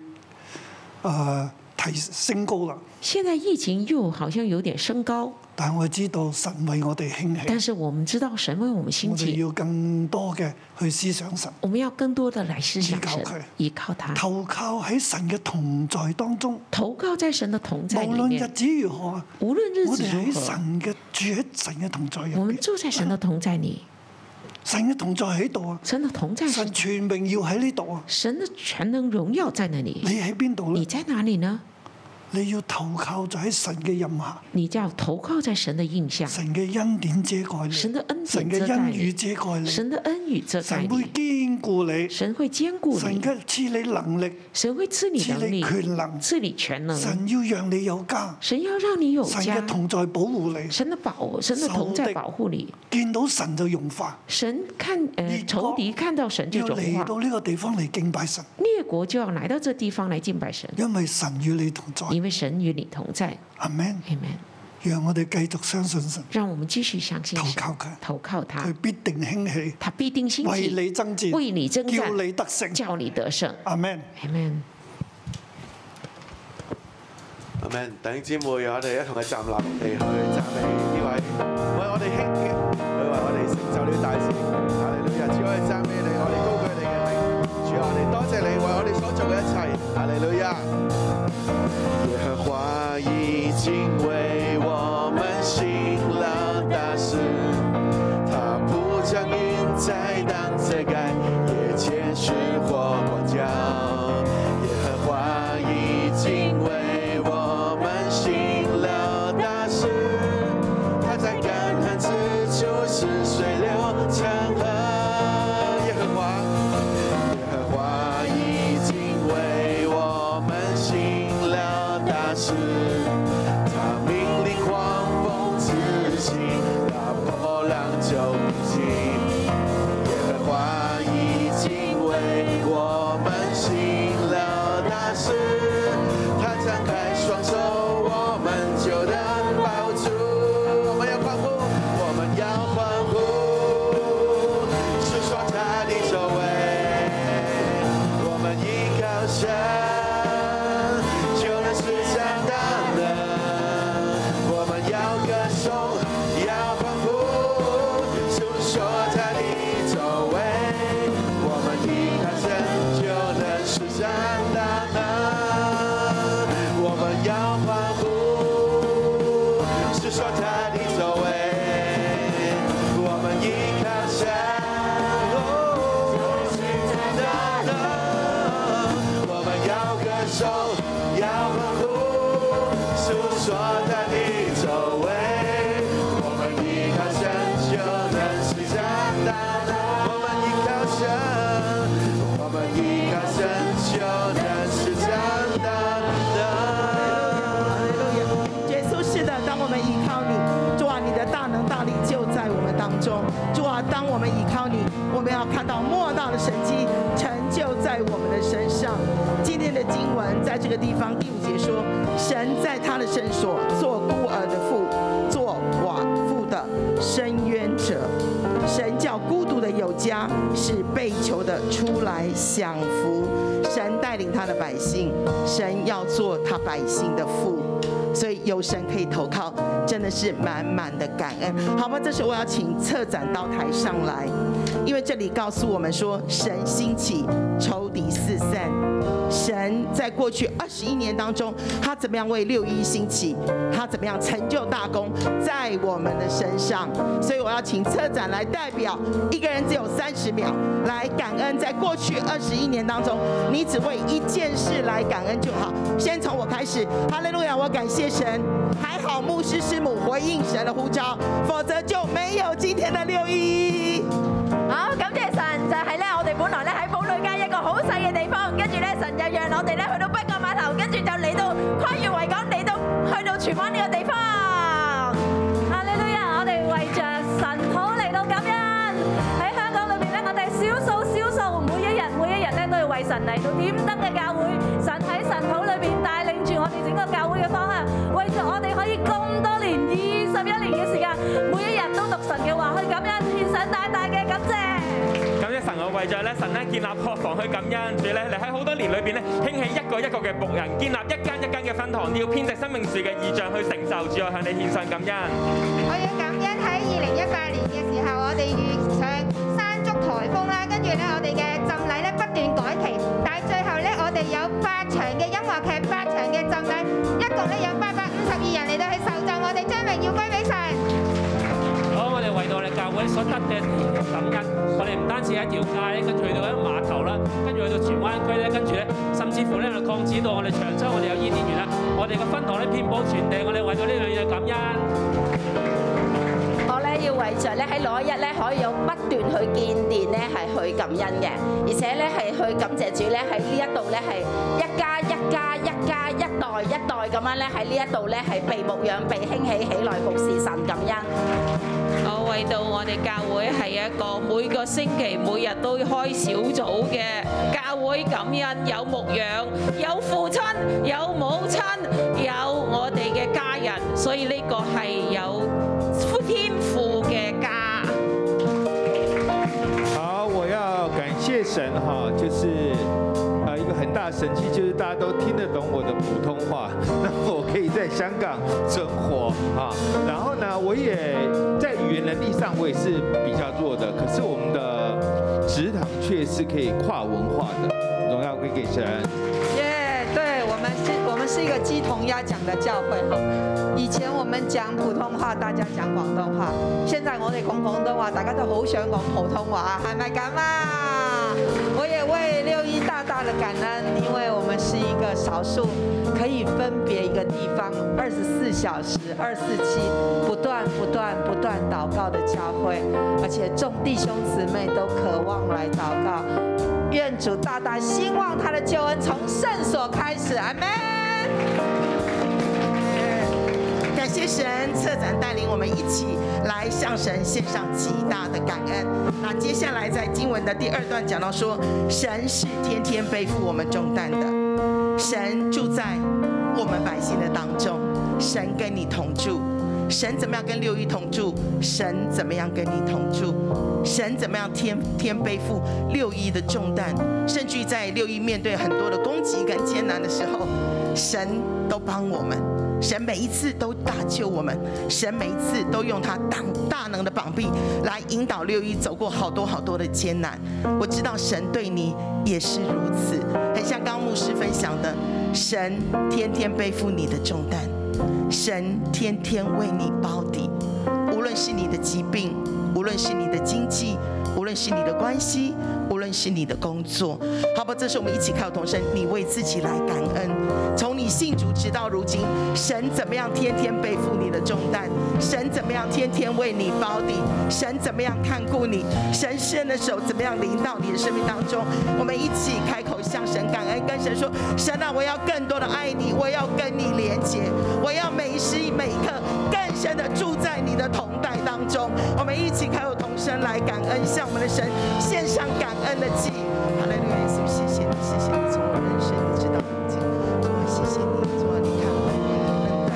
Speaker 2: 呃提升高啦。
Speaker 3: 现在疫情又好像有点升高，
Speaker 2: 但我知道神為我哋興
Speaker 3: 但
Speaker 2: 起，
Speaker 3: 是我们知道神为我们兴
Speaker 2: 我哋
Speaker 3: 起，
Speaker 2: 要更多嘅去思想神，
Speaker 3: 我们要更多的来思想
Speaker 2: 依靠
Speaker 3: 神
Speaker 2: 佢，
Speaker 3: 依靠他，
Speaker 2: 投靠喺神嘅同在當中。
Speaker 3: 投靠在神的同在
Speaker 2: 無
Speaker 3: 里
Speaker 2: 論日
Speaker 3: 面。
Speaker 2: 子如何，
Speaker 3: 无论日
Speaker 2: 我
Speaker 3: 子
Speaker 2: 哋
Speaker 3: 如
Speaker 2: 喺
Speaker 3: 何，
Speaker 2: 神嘅住喺神嘅同在
Speaker 3: 我
Speaker 2: 入
Speaker 3: 们
Speaker 2: 邊，
Speaker 3: 住在神的同在里，
Speaker 2: 神嘅同在喺度啊！
Speaker 3: 神的同在是
Speaker 2: 神全榮耀喺呢度啊！
Speaker 3: 神的全能荣耀在那里。
Speaker 2: 你喺邊度
Speaker 3: 嗯你
Speaker 2: 呢？
Speaker 3: 在哪里呢？
Speaker 2: 你要投靠就喺神嘅任下，
Speaker 3: 你就要投靠在神的印象，
Speaker 2: 神嘅恩典遮蓋你，
Speaker 3: 嗯神的恩
Speaker 2: 神
Speaker 3: 典
Speaker 2: 嘅
Speaker 3: 遮
Speaker 2: 恩
Speaker 3: 盖
Speaker 2: 雨
Speaker 3: 你，
Speaker 2: 遮蓋你，
Speaker 3: 神的恩雨遮盖
Speaker 2: 神會
Speaker 3: 你，
Speaker 2: 堅固你，
Speaker 3: 神会兼顾
Speaker 2: 神
Speaker 3: 你，
Speaker 2: 嘅賜你能力，
Speaker 3: 神会赐你
Speaker 2: 賜
Speaker 3: 能
Speaker 2: 你
Speaker 3: 力，
Speaker 2: 權能，
Speaker 3: 赐你全能，
Speaker 2: 神要讓你有家，
Speaker 3: 神要让你有
Speaker 2: 神
Speaker 3: 家
Speaker 2: 嘅，同在保護你，
Speaker 3: 神的保，神的同
Speaker 2: 仇
Speaker 3: 在
Speaker 2: 敌
Speaker 3: 保护你。
Speaker 2: 見到神就融化，
Speaker 3: 神看，
Speaker 2: 列
Speaker 3: 呃，
Speaker 2: 国
Speaker 3: 仇敌看到神就
Speaker 2: 要
Speaker 3: 融
Speaker 2: 嚟
Speaker 3: 化，
Speaker 2: 到呢個地方嚟敬拜神，
Speaker 3: 列国就要来到这地方来敬拜神，
Speaker 2: 因為神與你同在。
Speaker 3: 因为神与你嗯同在。
Speaker 2: 阿 Man，
Speaker 3: Amen。
Speaker 2: 讓我哋繼續相信神，
Speaker 3: 让我们继续相信
Speaker 2: 投
Speaker 3: 神，
Speaker 2: 靠佢，
Speaker 3: 投靠他
Speaker 2: 佢，必定興起，
Speaker 3: 他必定啊兴
Speaker 2: 為
Speaker 3: 起，
Speaker 2: 你爭戰，
Speaker 3: 为你征
Speaker 2: 叫
Speaker 3: 战，
Speaker 2: 你得勝。
Speaker 3: 叫你得胜。
Speaker 2: 阿 Man。
Speaker 3: Amen。
Speaker 4: 阿 Man，弟兄姊妹，我哋一同去站立地去讚美呢位為我哋興嘅，佢為我哋成就了大事。哈利路亞，主我哋讚美你，我哋高舉你嘅名，主我哋多謝你為我哋所做嘅一切。哈利路亞。耶和華已經為我們行了大事，他不將雲彩當遮蓋，也解釋或光照。耶和華已經為我們行了大事，他在乾旱之處使水流成河。耶和華。耶和華已經為我們行了大事，他命令狂風止息，大波浪就平息。耶和華已經為我們行了大事，他張開雙手，我們就能抱住。我們要歡呼，我們要歡呼，是說他的作為。我們依靠神，就能施展大能。我們要歌頌，要歡呼，訴說他的作為。我們依靠神，哦就能施展大能。我們要歡呼，訴說他的作為。我們依靠神。哦我們要歌頌，要歡呼，訴說他的作為。我們依靠神就能施展大能。我們依靠神，我們依靠神就能施展大能。
Speaker 5: 耶稣是的，当我们依靠你，主啊，你的大能大力就在我们当中。主啊，当我们依靠你，我们要看到莫大的神迹成就在我们的身上。今天的经文在这个地方第五节说：“神在他的圣所做孤儿的父，做寡妇的伸冤者。神叫孤独的有家，使被囚的出来享福。神带领他的百姓，神要做他百姓的父。”所以有神可以投靠，真的是满满的感恩，好吗？这时候我要请策展到台上来，因为这里告诉我们说，神兴起，仇敌四散。神在过去二十一年当中，他怎么样为六一兴起？他怎么样成就大功在我们的身上？所以我要请策展来代表，一个人只有三十秒，来感恩在过去二十一年当中，你只为一件事来感恩就好。先从我开始，哈利路亚，我感谢神，还好牧师师母回应神的呼召，否则就没有今天的六一。
Speaker 6: 好，感謝神，就係咧，我哋本來咧喺堡女街一個好細嘅地方，跟住咧神就讓我哋咧去到北角碼頭，跟住就嚟到跨越維港，嚟到去到荃灣呢個地方。哈利路亞！我哋為着神好嚟到感恩。喺香港裏邊咧，我哋少數少數，每一日每一日咧都要為神嚟到點燈嘅教會，神喺神土裏邊帶領住我哋整個教會嘅方向，為着我哋可以咁多年二十一年嘅時間，每一日都讀神嘅話去感恩，獻上大大嘅感謝。
Speaker 7: 感謝神，我為咗咧神咧建立學房去感恩，主咧你喺好多年裏邊咧興起一個一個嘅仆人，建立一間一間嘅分堂，要編織生命樹嘅意象去成就，主我啊向你獻上感恩。
Speaker 8: 我要感恩喺二零一八年嘅時候，我哋遇上山竹颱風啦，跟住咧我哋嘅浸禮咧不斷改期，但係最後咧我哋有八場嘅音樂劇、八場嘅浸禮，一共咧有八百五十二人嚟到去受浸，我哋將榮耀歸俾神。
Speaker 9: 好，我哋為到我哋教會所得嘅感恩，我哋唔單止喺一條街咧，跟住去到一個碼頭啦，跟住去到荃灣區咧，跟住咧，甚至乎咧，我哋擴展到我哋長洲，我哋有伊甸園啦，我哋嘅分全部全地，我哋為到呢樣嘢感恩。
Speaker 6: 我咧要為着咧喺攞一咧可以有不斷去見電咧係去感恩嘅，而且咧係去感謝主咧喺呢一度咧係一家一家一家一代一代咁樣咧喺呢一度咧係被牧養、被興起、起來服侍神感恩。
Speaker 10: 我為到我哋教會係一個每個星期每日都開小組嘅教會感恩，有牧養，有父親，有母親，有我哋嘅家人，所以呢個係有天父嘅家。
Speaker 11: 好，我要感谢神哈，就是呃一个很大的神迹，就是大家都听得懂我的普通话， 那我可以在香港生活啊。然后呢，我也在语言能力上我也是比较弱的，可是我们的职场却是可以跨文化的，荣耀归给神。
Speaker 12: 耶对我们是，我们是一个鸡同鸭讲的教会哈。以前我们讲普通話，大家講廣東話。現在我哋講廣東話，大家都好想講普通話，係咪咁啊？我也為六一大大的感恩，因為我們是一個少數可以分別一個地方二十四小時、二四七不斷、不斷、不斷禱告的教會，而且眾弟兄姊妹都渴望來禱告。願主大大兴旺他的救恩，從聖所開始，阿門。
Speaker 5: 感谢神，策展带领我们一起来向神献上极大的感恩。那接下来在经文的第二段讲到说，神是天天背负我们重担的，神住在我们百姓的当中，神跟你同住，神怎么样跟六一同住，神怎么样跟你同住，神怎么样天天背负六一的重担，甚至于在六一面对很多的攻击跟艰难的时候，神都帮我们。神每一次都搭救我们，神每一次都用他大大能的膀臂来引导六一走过好多好多的艰难。我知道神对你也是如此，很像刚牧师分享的，神天天背负你的重担，神天天为你包底，无论是你的疾病，无论是你的经济，无论是你的关系，无论是你的工作，好吧，这是我们一起靠同声，你为自己来感恩。从你信主直到如今，神怎么样天天背负你的重担？神怎么样天天为你包底？神怎么样看顾你？神伸的手怎么样临到你的生命当中？我们一起开口向神感恩，跟神说：神啊，我要更多的爱你，我要跟你连结，我要每时每刻更深的住在你的同在当中。我们一起开口同声来感恩，向我们的神献上感恩的祭。好嘞，路耶稣，谢谢你，谢谢你，从我认识你直到如今，主啊，谢谢你，主啊，你看我，你恩待我，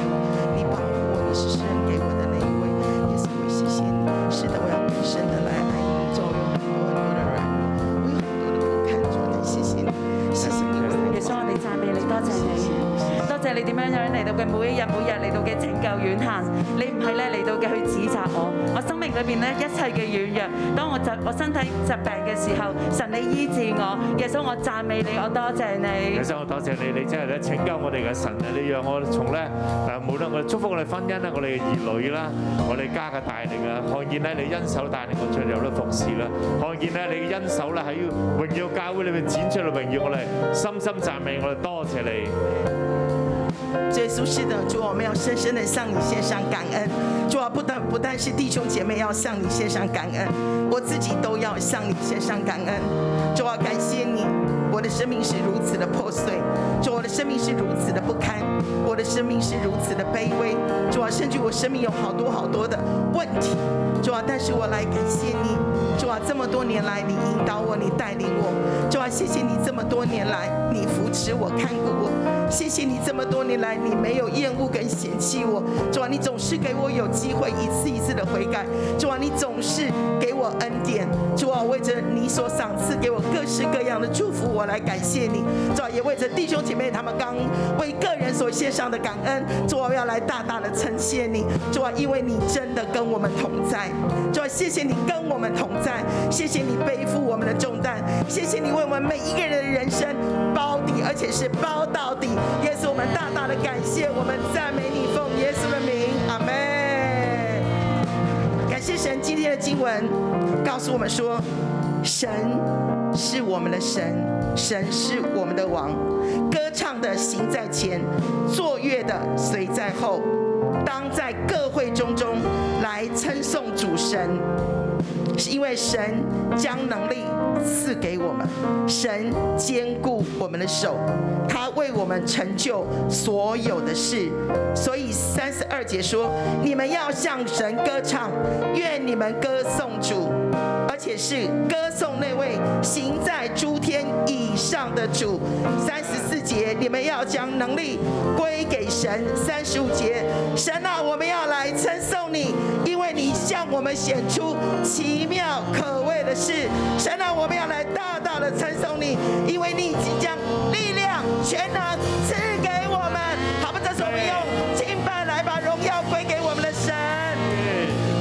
Speaker 5: 你保护我，你是世人给我的那一位，耶稣，我谢谢你。是的，我要更深的来爱你，主啊，我有很多很多的软弱，我有很多的不堪，主啊，但谢谢你，谢谢你。
Speaker 13: 耶穌，我哋讚美你，多謝你，多謝你點樣樣嚟到嘅每一日，每日嚟到嘅拯救遠行，你唔係咧嚟到嘅去指責我，我生命裏邊咧一切嘅軟弱，當我疾我身體疾病嘅時候，神你醫治我，耶穌我讚美你，我多謝你
Speaker 14: 其。實我多謝你，你真係咧拯救我哋嘅神啊！你讓我從咧誒，無論我哋祝福我哋婚姻啊啦，我哋嘅兒女啦，我哋家嘅帶領啊，看見咧你恩手帶領我進入咗服侍啦，看見咧你嘅恩手咧喺榮耀教會裏面展出嚟榮耀，我哋深深讚美，我哋多謝你。
Speaker 5: 最舒适的主啊，我们要深深的向你献上感恩。主啊，不但不但是弟兄姐妹要向你献上感恩，我自己都要向你献上感恩。主啊，感谢你，我的生命是如此的破碎，主啊我的生命是如此的不堪，我的生命是如此的卑微。主啊，甚至我生命有好多好多的问题。主啊，但是我来感谢你，主啊，这么多年来你引导我，你带领我，主啊，谢谢你这么多年来你扶持我、看顾我，谢谢你这么多年来你没有厌恶跟嫌弃我，主啊，你总是给我有机会一次一次的悔改，主啊，你总是给我恩典，主啊，为着你所赏赐给我各式各样的祝福，我来感谢你，主啊，也为着弟兄姐妹他们刚为个人所献上的感恩，主啊，我要来大大的称谢你，主啊，因为你真的跟我们同在，主啊，谢谢你跟我们同在，谢谢你背负我们的重担，谢谢你为我们每一个人的人生包底，而且是包到底。耶稣，我们大大的感谢，我们赞美你，奉耶稣的名，阿门。感谢神，今天的经文告诉我们说，神是我们的神，神是我们的王。歌唱的行在前，作乐的随在后。当在各会中中来称颂主神，是因为神将能力赐给我们，神坚固我们的手，他为我们成就所有的事。所以三十二节说：“你们要向神歌唱，愿你们歌颂主。”而且是歌颂那位行在诸天以上的主。三十四节，你们要将能力归给神。三十五节，神啊，我们要来称颂你，因为你向我们显出奇妙可畏的事。神啊，我们要来大大的称颂你，因为你已经将力量、全能赐给我们。好吧，这时候我们用敬拜来把荣耀归给我们的神。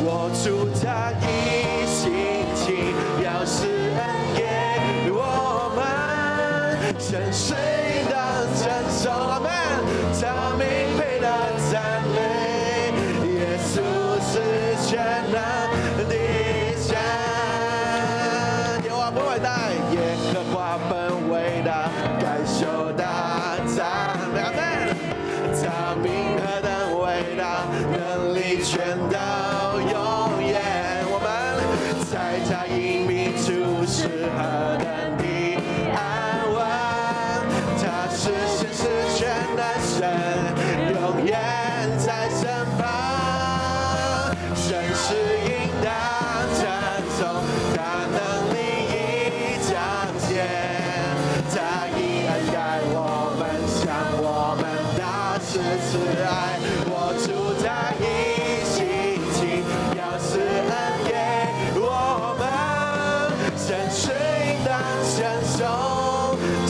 Speaker 4: 我祝他一心情，要是恩给我们，向谁的承受？阿门。他名配得赞美，耶稣是全能的神。耶和华本伟大，耶和华本伟大，该受大赞美。阿门。他名何等伟大，能力全到永远。我们在他隐秘处是何等的安稳，他是现实全能神，永远在身旁。神是应当赞颂，他能力已彰显。他以恩待我们，向我们大施慈爱。我祝他一心情，要是恩给我们，神是应当享受，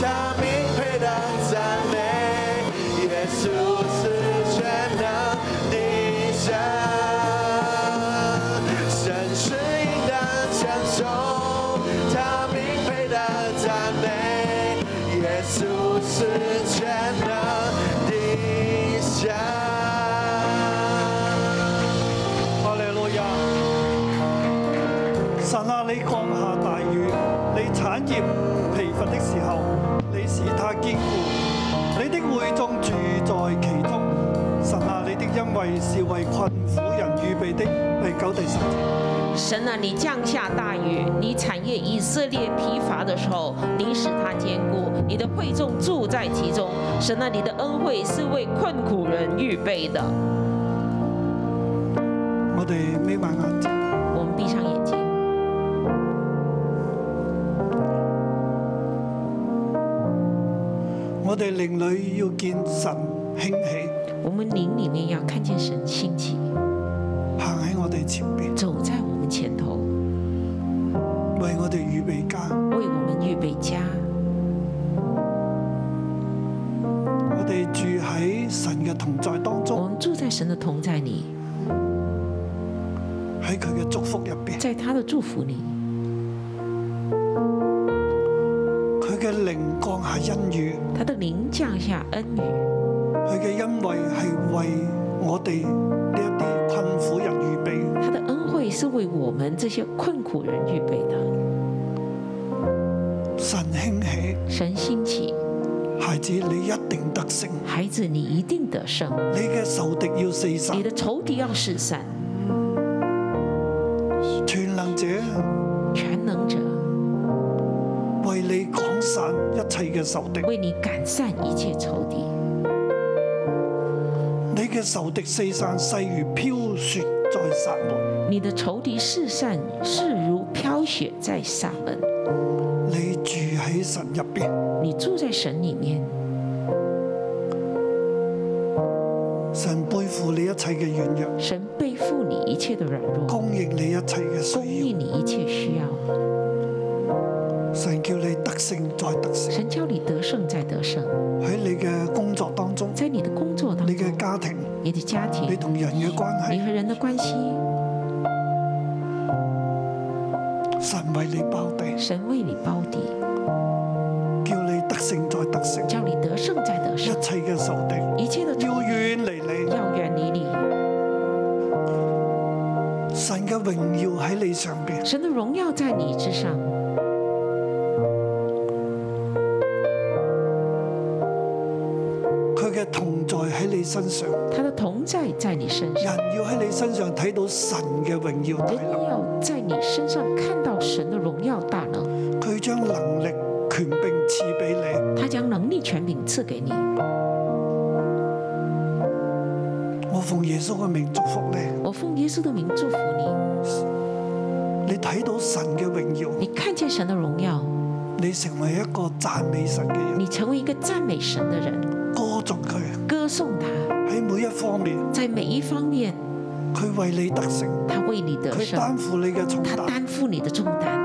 Speaker 4: 他名配得赞美。耶稣是全能的神，神是应当享受，他名配得赞美。耶稣是全能的神。
Speaker 2: 哈利路亞！神啊，你降下大雨，你產業疲乏的時候，你使它堅固，你的會眾住在其中。神啊，你的恩惠是為困苦人預備的。第九、第十節。
Speaker 10: 神啊，你降下大雨，你产业以色列疲乏的时候，你使它坚固，你的会众住在其中。神啊，你的恩惠是为困苦人预备的。
Speaker 2: 我哋眯埋眼睛。
Speaker 10: 我们闭上眼睛。
Speaker 2: 我哋靈裏要見神興起。
Speaker 3: 我們靈裡面要看見神興起。
Speaker 2: 行喺我哋前邊。
Speaker 3: 走在我們前頭。
Speaker 2: 為我哋預備家。
Speaker 3: 為我們預備家。
Speaker 2: 我哋住喺神嘅同在當中。
Speaker 3: 我們住在神的同在裡。
Speaker 2: 喺佢嘅祝福入邊。
Speaker 3: 在他的祝福裡。
Speaker 2: 佢嘅靈降下恩雨。
Speaker 3: 他的靈降下恩雨。
Speaker 2: 佢嘅恩惠係為我哋呢一啲困苦人預備。
Speaker 3: 他的恩惠是為我們這些困苦人預備的。
Speaker 2: 神興起。
Speaker 3: 神興起。
Speaker 2: 孩子，你一定得勝。
Speaker 3: 孩子，你一定得勝。
Speaker 2: 你嘅仇敵要四散。
Speaker 3: 你的仇敵要四散。
Speaker 2: 全能者。
Speaker 3: 全能者。
Speaker 2: 為你趕散一切嘅仇敵。
Speaker 3: 為你趕散一切仇敵。
Speaker 2: 你嘅仇敵四散，勢如飄雪在沙漠。
Speaker 3: 你的仇敵四散，勢如飄雪在沙門。
Speaker 2: 你住喺神入邊。
Speaker 3: 你住在神裡面，
Speaker 2: 神背負你一切嘅軟弱。
Speaker 3: 神背負你一切的軟弱，
Speaker 2: 供應你一切嘅需要。供應
Speaker 3: 你一切需要。
Speaker 2: 神叫你得勝再得勝。
Speaker 3: 神叫你得勝再得勝。
Speaker 2: 喺你嘅工作當中。
Speaker 3: 在你的工作當中。
Speaker 2: 你嘅家庭。
Speaker 3: 你的家庭。
Speaker 2: 你同人嘅關係。
Speaker 3: 你和人的關係，
Speaker 2: 神為你包庇。
Speaker 3: 神為你包底，
Speaker 2: 叫你得勝再得勝。
Speaker 3: 叫你得勝再得勝。
Speaker 2: 一切嘅仇敵。
Speaker 3: 一切的
Speaker 2: 要遠離你。
Speaker 3: 要遠離你。
Speaker 2: 神嘅榮耀喺你上邊。
Speaker 3: 神的榮耀在你之上。
Speaker 2: 嘅同在喺你身上。
Speaker 3: 他的同在在你身上。
Speaker 2: 人要喺你身上睇到神嘅榮耀大能。
Speaker 3: 要在你身上看到神的榮耀大能。
Speaker 2: 佢將能力權柄賜俾你。
Speaker 3: 他將能力權柄賜給你。
Speaker 2: 我奉耶穌嘅名祝福你。
Speaker 3: 我奉耶穌的名祝福你。
Speaker 2: 你睇到神嘅榮耀。
Speaker 3: 你看見神的榮耀。
Speaker 2: 你成為一個讚美神嘅人。
Speaker 3: 你成為一個讚美神的人。
Speaker 2: 歌頌佢。
Speaker 3: 歌頌他。
Speaker 2: 喺每一方面。
Speaker 3: 在每一方面。
Speaker 2: 佢為你得勝。
Speaker 3: 他為你得
Speaker 2: 佢
Speaker 3: 勝。
Speaker 2: 擔負你嘅重
Speaker 3: 他擔負你的重擔。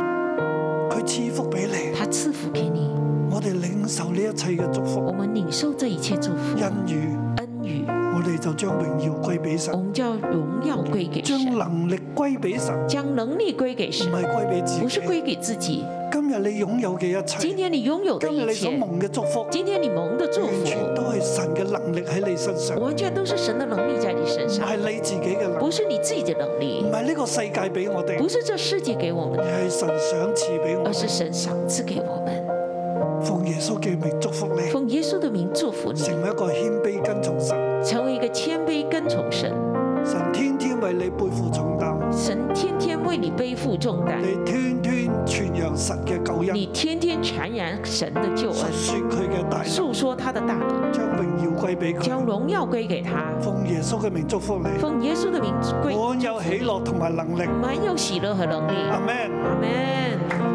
Speaker 2: 佢賜福俾你。
Speaker 3: 他賜福給你。
Speaker 2: 我哋領受呢一切嘅祝福。
Speaker 3: 我們領受這一切祝福。
Speaker 2: 恩雨。
Speaker 3: 恩雨。
Speaker 2: 我哋就將榮耀歸俾神。
Speaker 3: 我們叫榮耀歸給
Speaker 2: 神。將能力歸俾神。
Speaker 3: 將能力歸給神。
Speaker 2: 唔係歸俾自己。
Speaker 3: 不是歸給自己。
Speaker 2: 今日你擁有嘅一切。
Speaker 3: 今天你擁有的
Speaker 2: 今日你
Speaker 3: 一
Speaker 2: 所
Speaker 3: 切。
Speaker 2: 蒙嘅祝福。
Speaker 3: 今天你蒙的祝
Speaker 2: 完
Speaker 3: 福。
Speaker 2: 全都係神嘅能力喺你身上。
Speaker 3: 完全都是神的能力在你身上，
Speaker 2: 係你自己嘅能力，
Speaker 3: 不是你自己的能力，
Speaker 2: 唔係呢個世界俾我哋，
Speaker 3: 不是這世界給我們的，
Speaker 2: 而係神賞賜俾我，
Speaker 3: 而是神賞賜給我們。
Speaker 2: 奉耶穌嘅名祝福你，
Speaker 3: 奉耶穌的名祝福你，
Speaker 2: 成為一個謙卑跟從神，
Speaker 3: 成為一個謙卑跟從神。
Speaker 2: 神天天為你背負重擔，
Speaker 3: 神天天為你背負重擔，
Speaker 2: 你天天傳揚神嘅救恩，
Speaker 3: 你天天傳揚神的救恩，
Speaker 2: 述說佢嘅大
Speaker 3: 述
Speaker 2: 能，
Speaker 3: 說他的大能，
Speaker 2: 將榮耀歸俾佢，
Speaker 3: 將榮耀歸給他。
Speaker 2: 奉耶穌嘅名祝福你，
Speaker 3: 奉耶穌的名歸，
Speaker 2: 滿有喜樂同埋能力，
Speaker 3: 滿有喜樂和能力。
Speaker 2: 阿門，
Speaker 3: 阿門。